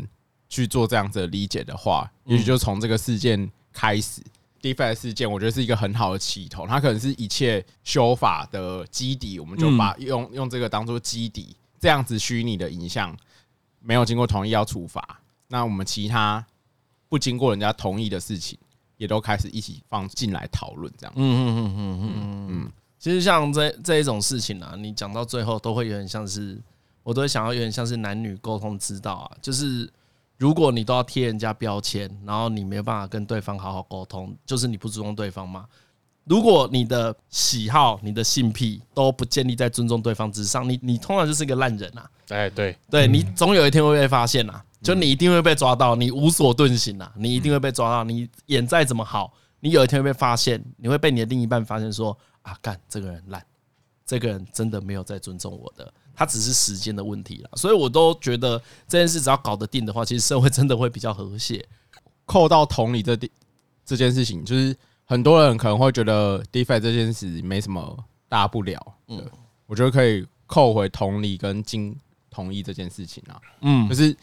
F: 去做这样子的理解的话，也许就从这个事件开始。d e f i 事件，我觉得是一个很好的起头，它可能是一切修法的基底，我们就把用、用这个当做基底，这样子虚拟的影像没有经过同意要处罚，那我们其他不经过人家同意的事情，也都开始一起放进来讨论，这样
A: 嗯。嗯嗯嗯嗯嗯嗯。其实像这这一种事情啊，你讲到最后都会有点像是，我都会想要有点像是男女沟通之道啊，就是如果你都要贴人家标签，然后你没有办法跟对方好好沟通，就是你不尊重对方嘛。如果你的喜好、你的性癖都不建立在尊重对方之上，你你通常就是一个烂人啊。
B: 哎，对，
A: 对
F: 嗯
A: 你总有一天会被发现呐，就你一定会被抓到，你无所遁形呐，
F: 嗯
A: 你一定会被抓到，你演再怎么好，你有一天会被发现，你会被你的另一半发现说啊，干这个人烂，这个人真的没有在尊重我的，他只是时间的问题了，所以我都觉得这件事只要搞得定的话，其实社会真的会比较和谐。
F: 扣到同理这地这件事情，就是很多人可能会觉得 DeFi 这件事没什么大不了，嗯，我觉得可以扣回同理跟经同意这件事情啊，
A: 嗯
F: 可，是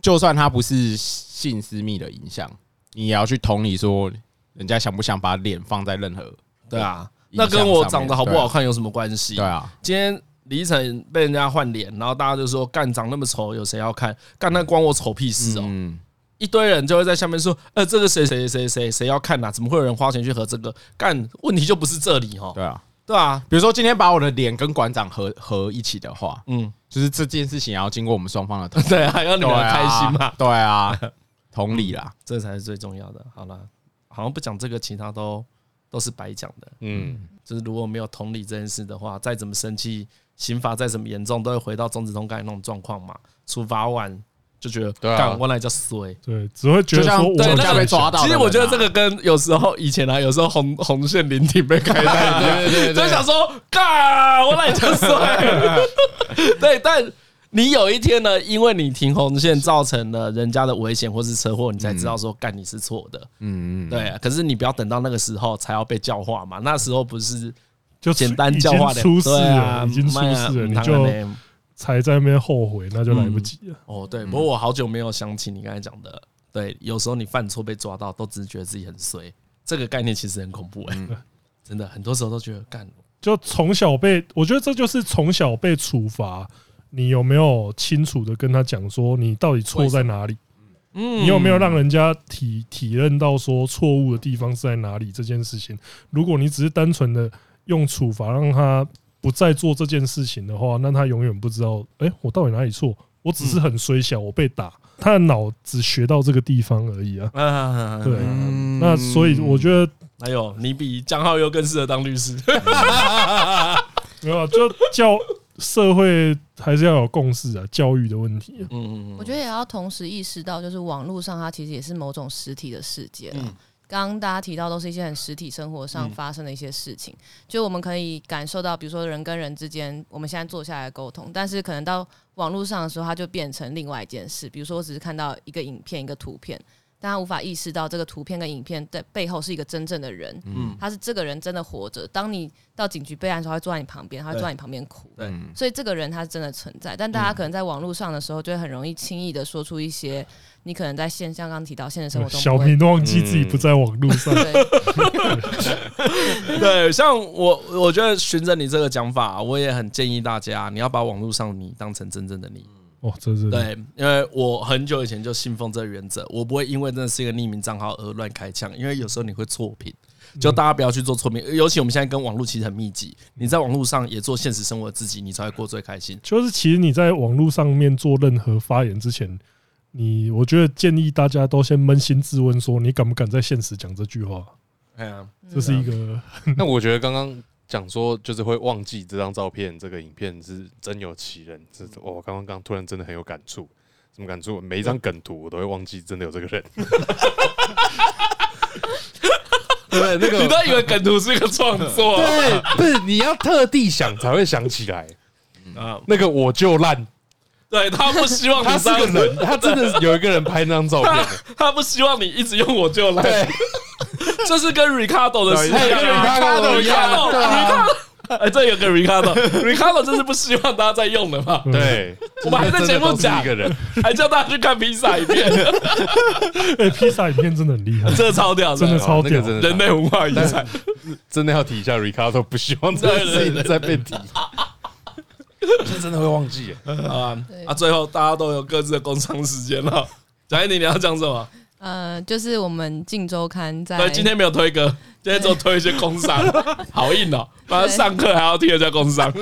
F: 就算它不是性私密的影响，你也要去同理说人家想不想把脸放在任何
A: 对啊，
F: 影
A: 那
F: 响
A: 跟我长得好不好
F: 上面
A: 看有什么关系？
F: 对啊，
A: 今天李依晨被人家换脸，然后大家就说干长那么丑，有谁要看？干那关我丑屁事哦、
F: 嗯，
A: 一堆人就会在下面说，呃，这个谁谁谁谁谁要看呐、啊怎么会有人花钱去和这个干？问题就不是这里哦，
F: 对啊。
A: 对啊，
F: 比如说今天把我的脸跟馆长合合一起的话，
A: 嗯，，
F: 就是这件事情也要经过我们双方的同
A: <laughs>
F: 意
A: 对啊，要你
F: 对
A: 们
F: 啊
A: 开心嘛，，
F: 对啊，同理啦，
A: 这才是最重要的。好了，好像不讲这个，其他都都是白讲的。
B: 嗯，
A: 就是如果没有同理这件事的话，再怎么生气，刑罚再怎么严重，都会回到中子通刚才那种状况嘛。处罚完就觉得，
B: 对啊
A: 干、我那叫衰。
D: 对，只会觉得
F: 就像
D: 说我
F: 对
A: 对，
F: 我
A: 那
F: 家
A: 个
F: 被抓到的
A: 其实
F: 人
A: 我觉得
F: 啊
A: 这个跟有时候以前啊，有时候红红线临停被开单
F: <laughs>
A: 一样，
B: 对对对
A: 就
B: 对
A: 想说，干，我懒得
F: <laughs>
A: 睡。对，但你有一天呢，因为你停红线造成了人家的危险或是车祸，你才知道说，干你是错的。
F: 嗯，
A: 对啊，可是你不要等到那个时候才要被教化嘛，那时候不是
D: 就
A: 简单教化
D: 已
A: 的，
D: 经出事
A: 对啊
D: 了，已经出
A: 妈呀
D: 事了，你
A: 当
D: 就
A: 然嘞
D: 才在那边后悔，那就来不及了。
A: 哦，对。不过我好久没有想起你刚才讲的，对，有时候你犯错被抓到，都只是觉得自己很衰，这个概念其实很恐怖哎、 <laughs> 真的，很多时候都觉得干。
D: 就从小被，我觉得这就是从小被处罚。你有没有清楚的跟他讲说你到底错在哪里？
A: 嗯
D: 你有没有让人家体体认到说错误的地方是在哪里这件事情？如果你只是单纯的用处罚让他不再做这件事情的话，那他永远不知道，哎、我到底哪里错？我只是很衰小，我被打，他的脑只学到这个地方而已啊。
A: 啊，
D: 对
F: 嗯
D: 那所以我觉得
A: 还有你比江浩又更适合当律师。 <laughs>
D: 没有啊，就教社会还是要有共识啊，教育的问题啊、
A: 嗯，
E: 我觉得也要同时意识到，就是网络上它其实也是某种实体的世界了。
A: 嗯
E: 刚刚大家提到都是一些很实体生活上发生的一些事
A: 嗯
E: 情，就我们可以感受到，比如说人跟人之间，我们现在坐下来沟通，但是可能到网络上的时候，它就变成另外一件事。比如说，我只是看到一个影片、一个图片，但他无法意识到这个图片跟影片的背后是一个真正的人，
F: 嗯
E: 他是这个人真的活着。当你到警局备案的时候，他会坐在你旁边，他会坐在你旁边哭。
A: 对
F: 嗯
E: 所以这个人他真的存在，但大家可能在网络上的时候，就会很容易轻易的说出一些你可能在线像刚刚提到现实生活中
D: 小
E: 不会
D: 明都忘记自己不在网络
A: <laughs>
D: 上，
E: 对
A: 对，像我，我觉得循着你这个讲法，我也很建议大家，你要把网络上你当成真正的你。
D: 哦，真是
A: 对，
D: 的，
A: 因为我很久以前就信奉这个原则，我不会因为真的是一个匿名账号而乱开枪，因为有时候你会错评，就大家不要去做错评，尤其我们现在跟网络其实很密集，你在网络上也做现实生活的自己，你才会过最开心。
D: 就是其实你在网络上面做任何发言之前，你我觉得建议大家都先扪心自问，说你敢不敢在现实讲这句话？
A: 哎呀，
D: <laughs>
E: 嗯
D: 这是一个
B: <laughs>
D: <laughs>
B: 那我觉得刚刚讲说，就是会忘记这张照片、这个影片是真有其人，这我刚刚刚突然真的很有感触。什么感触？每一张梗图我都会忘记真的有这个人。
A: 对，那个你都以为梗图是一个创作
B: <laughs> 对，不是你要特地想才会想起来。
A: 啊？
B: 那个我就烂，
A: 对他不希望
B: 他
A: 你
B: 是个人，他真的有一个人拍那张
A: <laughs>
B: 照片的。
A: 他不希望你一直用我就来，这是跟 Ricardo 的事情
B: 对
A: 一
B: 跟
A: 样。啊
B: Ricardo 一样
A: Ricardo，
B: 对啊
A: Ricardo 哎，这有个 Ricardo，Ricardo 真是不希望大家再用了嘛，
B: 对，
A: 我们还在节目讲
B: 真的都是一个人，
A: <laughs> 还叫大家去看披萨影 <laughs> 片，
D: 哎，披萨影片真的很厉害，
A: <laughs> 这个超屌的，
D: 真的 <laughs> 超屌
B: 哦那个真的
A: 人类文化遗产。
B: 真的要提一下 Ricardo，不希望这件事情再被提。这 <laughs> 真的会忘记耶，
A: 好 <laughs> 啊
E: 对，
A: 啊，最后大家都有各自的工商时间了。 <laughs> 蒋一宁，你要讲什么？
E: 呃，就是我们《镜周刊》在
A: 对，今天没有推歌，今天只有推一些工商，好硬哦！反正上课还要听人家工商。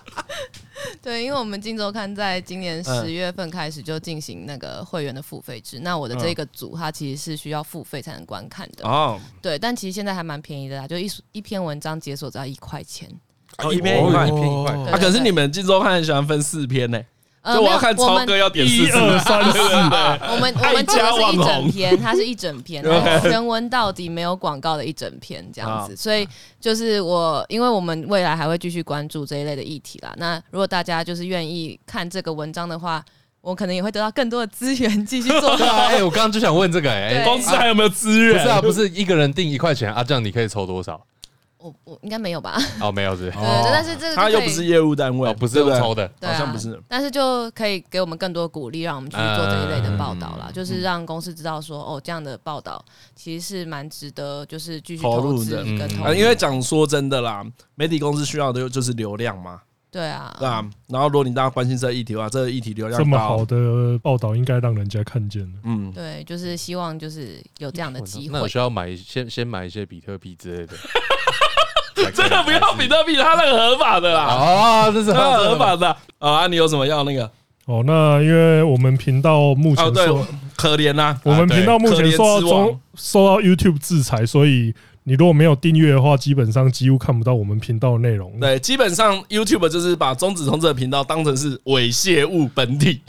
E: <laughs> 对，因为我们《镜周刊》在今年
A: 嗯
E: 十月份开始就进行那个会员的付费制，那我的这个组它其实是需要付费才能观看的，
A: 哦，
E: 对，但其实现在还蛮便宜的啦，就一一篇文章解锁只要一块钱。
A: 啊一边一块，一边一块。
E: 对
A: 啊，可是你们《金周刊》很喜欢分四篇呢，就我要看超哥
E: 呃没有
A: 要点四
D: 一
A: 次。
D: 二三四，
E: 我们我们我
A: 爱
E: 们这
A: 家
E: 个是一
A: 网红
E: 整篇，它是一
A: <laughs>
E: 整篇，它是全文到底没有广告的一整篇这样
A: 啊
E: 子，所以就是我，因为我们未来还会继续关注这一类的议题啦。那如果大家就是愿意看这个文章的话，我可能也会得到更多的资源继续
A: <laughs>
E: 做。
B: 对啊，哎，我刚刚就想问这个，哎，
E: 对
A: 公司还有没有资
B: 不
A: 源？
B: 是啊，不是一个人定一块钱啊，这样你可以抽多少？
E: 我我应该没有吧？
B: 哦，没有是不是，
E: <laughs> 对，但是这个
A: 他
E: 就
A: 又
E: 可
A: 不是
E: 以。
A: 业务单位，
B: 哦，不是
A: 对不
B: 用
A: 对
B: 抽的，
E: 对
A: 好
E: 啊
A: 像不是，
E: 但是就可以给我们更多鼓励，让我们去做这一类的报道啦，
A: 嗯
E: 就是让公司知道说，哦，这样的报道其实是蛮值得，就是继续
A: 投入
E: 投资
A: 的
E: 跟
B: 嗯
E: 投
A: 啊，
E: 入
A: 因为讲说真的啦，媒体公司需要的就是流量嘛，
E: 对啊，
A: 对啊。然后如果你大家关心这个议题的话，这个议题流量
D: 这么
A: 高
D: 好，的报道应该让人家看见了。
A: 嗯，
E: 对，就是希望就是有这样的机
B: 哦那
E: 会
B: 我。需要买先先买一些比特币之 <laughs> 类的，
A: 真 <laughs> 的不要比特币，它那个合法的啦，
B: 哦，这是
A: 它那个合
B: 合法
A: 法的啊。啊，你有什么要那个？
D: 哦，那因为我们频道目
A: 哦，
D: 前
A: 对
D: 说，，
A: 可怜呐，
D: 我们
B: 对
D: 频道目
A: 啊可
D: 前
A: 怜
D: 受到
A: 之王
D: 中受到 YouTube 制裁，所以你如果没有订阅的话，基本上几乎看不到我们频道的内容。
A: 对，基本上 YouTube 就是把中子通这个频道当成是猥亵物本体，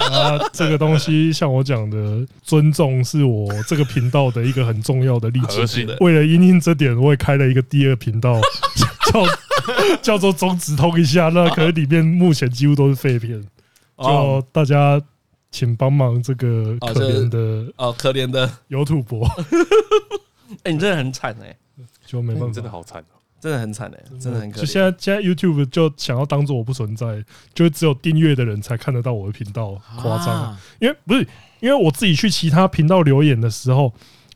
D: 啊，这个东西像我讲的，尊重是我这个频道的一个很重要的立
B: 核
D: 基。
B: 心的，
D: 为了因应这点，我也开了一个第二频道， <laughs> 叫叫做“中指通一下”。那可是里面目前几乎都是废片，
A: 哦
D: 就大家请帮忙这个
A: 哦
D: 可怜的
A: 哦，可怜的，
D: 有土博，
A: 哎，你真的很惨哎，
D: <laughs> 就没办
B: <laughs>
D: 法。
B: 真的好惨哦。
A: 真的很惨哎，真的很可
D: 就现
A: 怜。
D: 在，现在 YouTube 就想要当做我不存在，就只有订阅的人才看得到我的频道，夸张。
F: 啊
D: 因为不是因为我自己去其他频道留言的时候，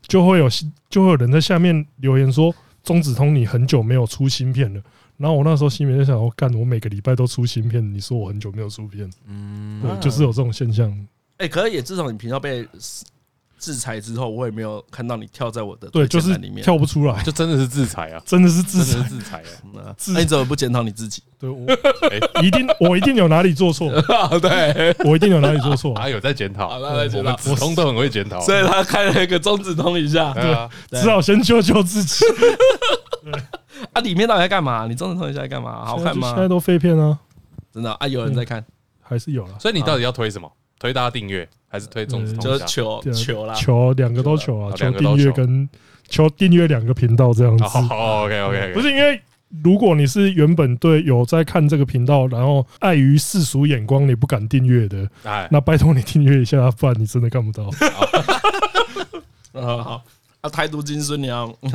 D: 就会有就会有人在下面留言说：“中子通，你很久没有出新片了。”然后我那时候心里面就想：“我干，我每个礼拜都出新片，你说我很久没有出片，
F: 嗯，
D: 对，就是有这种现象。
A: 哎，可是也自从你频道被制裁之后，我也没有看到你跳在我的
D: 对，
A: 推
D: 就
A: 荐
D: 是
A: 栏里面。
D: 跳不出来，
B: 就真的是制裁啊，
D: 真的是
B: 真
D: 自
B: 的
A: <laughs>
B: 是
D: 残。
B: 制裁啊。
A: 嗯啊
D: 自
A: 那你怎么不检讨你自己？
D: 对我一定，我一定有哪里做错，
A: 哎 <laughs> 对，哎
D: 我一定有哪里
A: <laughs>
D: 做错。
B: 啊，有在检讨，
A: 好
B: 我
A: 那在检讨
B: 们子通都很会检讨，啊
D: 哦
A: 所以他开了一个中指通一
D: 哎
A: 下，
B: 对啊，
A: 对
D: 只好先救救自己。
A: 啊，里面到底在干嘛？你中指通一下在干嘛？好看
D: 现在就嗯现在
A: 吗？
D: 都废片啊，
A: 真的啊，有人在看，
D: 还是有了。
B: 所以你到底要推什么？推大家订阅，还是推粽子
D: 嗯
A: 就
B: 通
A: 是
B: 下？
A: 求
D: 对啊
A: 求啦，
D: 求两个都求啊，哦
B: 求
D: 求
B: 两个都
D: 订阅
B: 求
D: 跟求订阅两个频道这样子
B: 啊。好好，OK OK，
D: 不是因为如果你是原本对有在看这个频道，然后碍于世俗眼光你不敢订阅的，
B: 哎，
D: 那拜托你订阅一下，不然你真的看不到。
A: 嗯，好。啊，台独金孙娘， <laughs>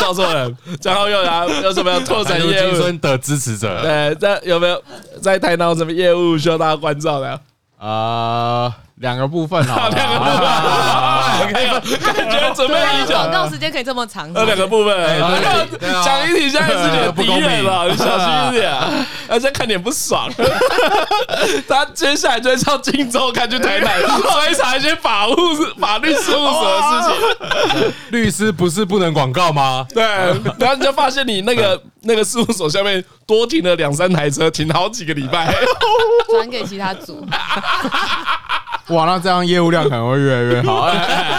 A: 教授人，然后又来有什么要拓展
B: 台独
A: 业
B: 金
A: 务？
B: 孙的支持
A: <laughs>
B: 者，
A: 对，哎在有没有在台南有什么业务需要大家关照
F: <laughs>
A: 的？
F: 呃，两个部分好
A: <laughs>
F: 了
A: 两个部分
F: 啊， <laughs>
A: 感觉准备已
E: 但
A: 久
E: <laughs> 广，告时间可以这么长，
A: 有两个部分
F: 哎对对，啊
A: 讲一体现在是你的敌人了，你小心一点啊， <laughs> 而且看你也不爽。 <laughs> 他接下来就会到荆州看去台
F: <laughs>
A: 南追查一些法务法律事务所的事情。
F: <laughs>
B: 律师不是不能广告吗？
A: 对，然后你就发现你那
F: <laughs>
A: 个那个事务所下面多停了两三台车，停好几个礼拜。
E: 转给其
B: <laughs>
E: 他组。
B: 哎
F: <laughs> 哇，那这样业务量可能会越来越好。 <laughs> 哎哎哎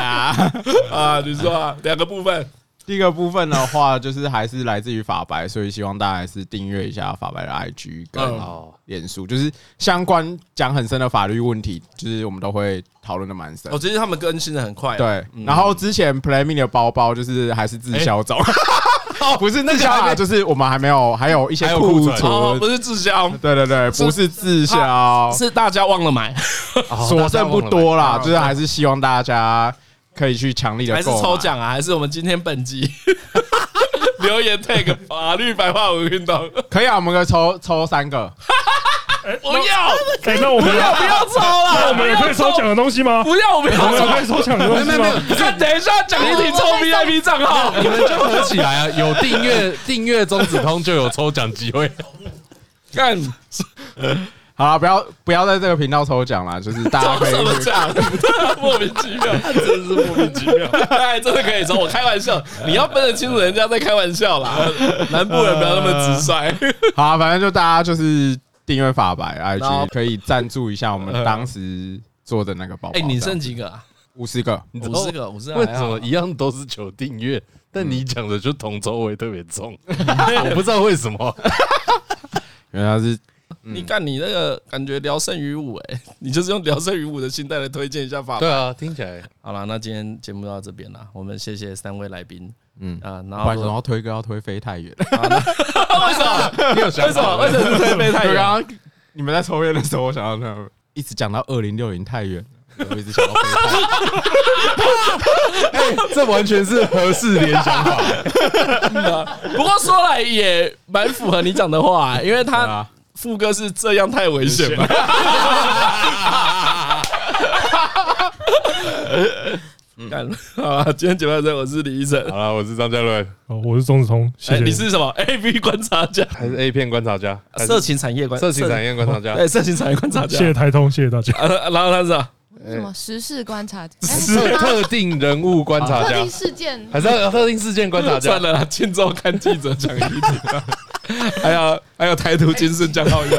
F: 哎
A: 啊，你说啊，两个部分，
F: 第一个部分的话，就是还是来自于法白，所以希望大家还是订阅一下法白的 IG 跟
A: 嗯
B: 哦，
F: 脸书，就是相关讲很深的法律问题，就是我们都会讨论的蛮深
A: 我。觉得哦他们更新的很快。，啊
F: 对，然后之前 Playme 的包包就是还是滞销中， <laughs> 不是滞销啊，就是我们还没有，还有一些
B: 还有库
F: 库
B: 存
A: 哦，
F: 存
A: 不。是滞销，
F: 对对对，不是滞销，
A: 是大家忘了买，
B: 哦
F: 所剩不多啦，就是还是希望大家可以去强力的
A: 还是
F: 购买
A: 抽。奖啊，还是我们今天本集 <laughs> 留言 tag 法律白话文运动？
F: 可以啊，我们可以抽抽三个，
A: 不要，
D: <laughs> 哎，那我们
A: 不要抽了，
D: 那我们也可以抽奖的东西吗？
A: 不要，不
D: 我
A: 要
D: 们也可
A: 抽。
D: 以抽奖的东西吗？
A: 看，等一下，讲一挺抽 VIP 账号，
B: 你们就合起 <laughs> 来啊！有订阅订阅中子通就有抽奖机 <laughs> 会。
A: 看
F: 好啦，不要不要在这个频道抽奖啦，就是大家
A: 抽
F: 啊可
A: 什么
F: 以去
A: 奖？ <laughs> 莫名其妙，真的是莫名其妙。哎，真的可以抽，我开玩笑，你要分得清楚人家在开玩笑啦。南部人不要那么直率。
F: 好啊，反正就大家就是订阅法 <laughs> 白
A: 然后
F: IG，可以赞助一下我们当时做哎的那个包包。
A: 几个啊？
F: 五十个，
B: 你知道
A: 五十个，五十个
B: 为
A: 还
B: 什
A: 好
B: 么一样都是求订 <laughs> 阅，但你讲的就同周围特别重？ <laughs> 我不知道为什么。
F: 原来是
A: 你看你那个感觉聊胜于无哎、你就是用聊胜于无的心态来推荐一下法。
B: 对啊，听起来
A: 好了，那今天节目就到这边啦，我们谢谢三位来宾，嗯
F: 嗯
A: 啊，然
F: 不然想
A: 后
B: 哦
F: 要推歌要推飞太远，
A: 为什么？
B: <laughs> 你有想啊
A: 为什啊么？为什么是推飞太
F: 就
A: 远？
F: 刚刚 <laughs> 你们在抽烟的时候，我想到那个一直讲到二零六零太远了，我一直想到飞太远。
B: 哎，
F: <laughs>
B: 这完全是合适联想法。
A: <laughs> 不过说来也蛮符合你讲的话、欸因为
F: 对
A: 他
F: 啊
A: 副歌是这样太危险了。 <laughs> 干好了，今天节目到这，我是李医生，
B: 好了，我是张嘉伦，
D: 好哦我是钟子通，谢
A: 哎，
D: 谢
A: 你。是什么 A B 观察家，
B: 还是 A 片观察家，还是
A: 色情产业观，
B: 色情产业观察家，
A: 对，哎色情产业观察家。
D: 谢谢
A: <laughs>
D: 台通，谢谢 <laughs> 大家。
A: 啊，然后他是啥？
E: 什么时事观察家？哎
B: 特特定人物观察
E: 特
B: 家
E: 定，事件
B: 还是要特定事件观察家
A: 算？了啦，庆州看记者
B: <laughs>
A: 讲一题，还有还有台独金顺讲好友。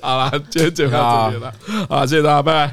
A: 好啦，今天节目到这边了，好，谢谢大家，拜拜。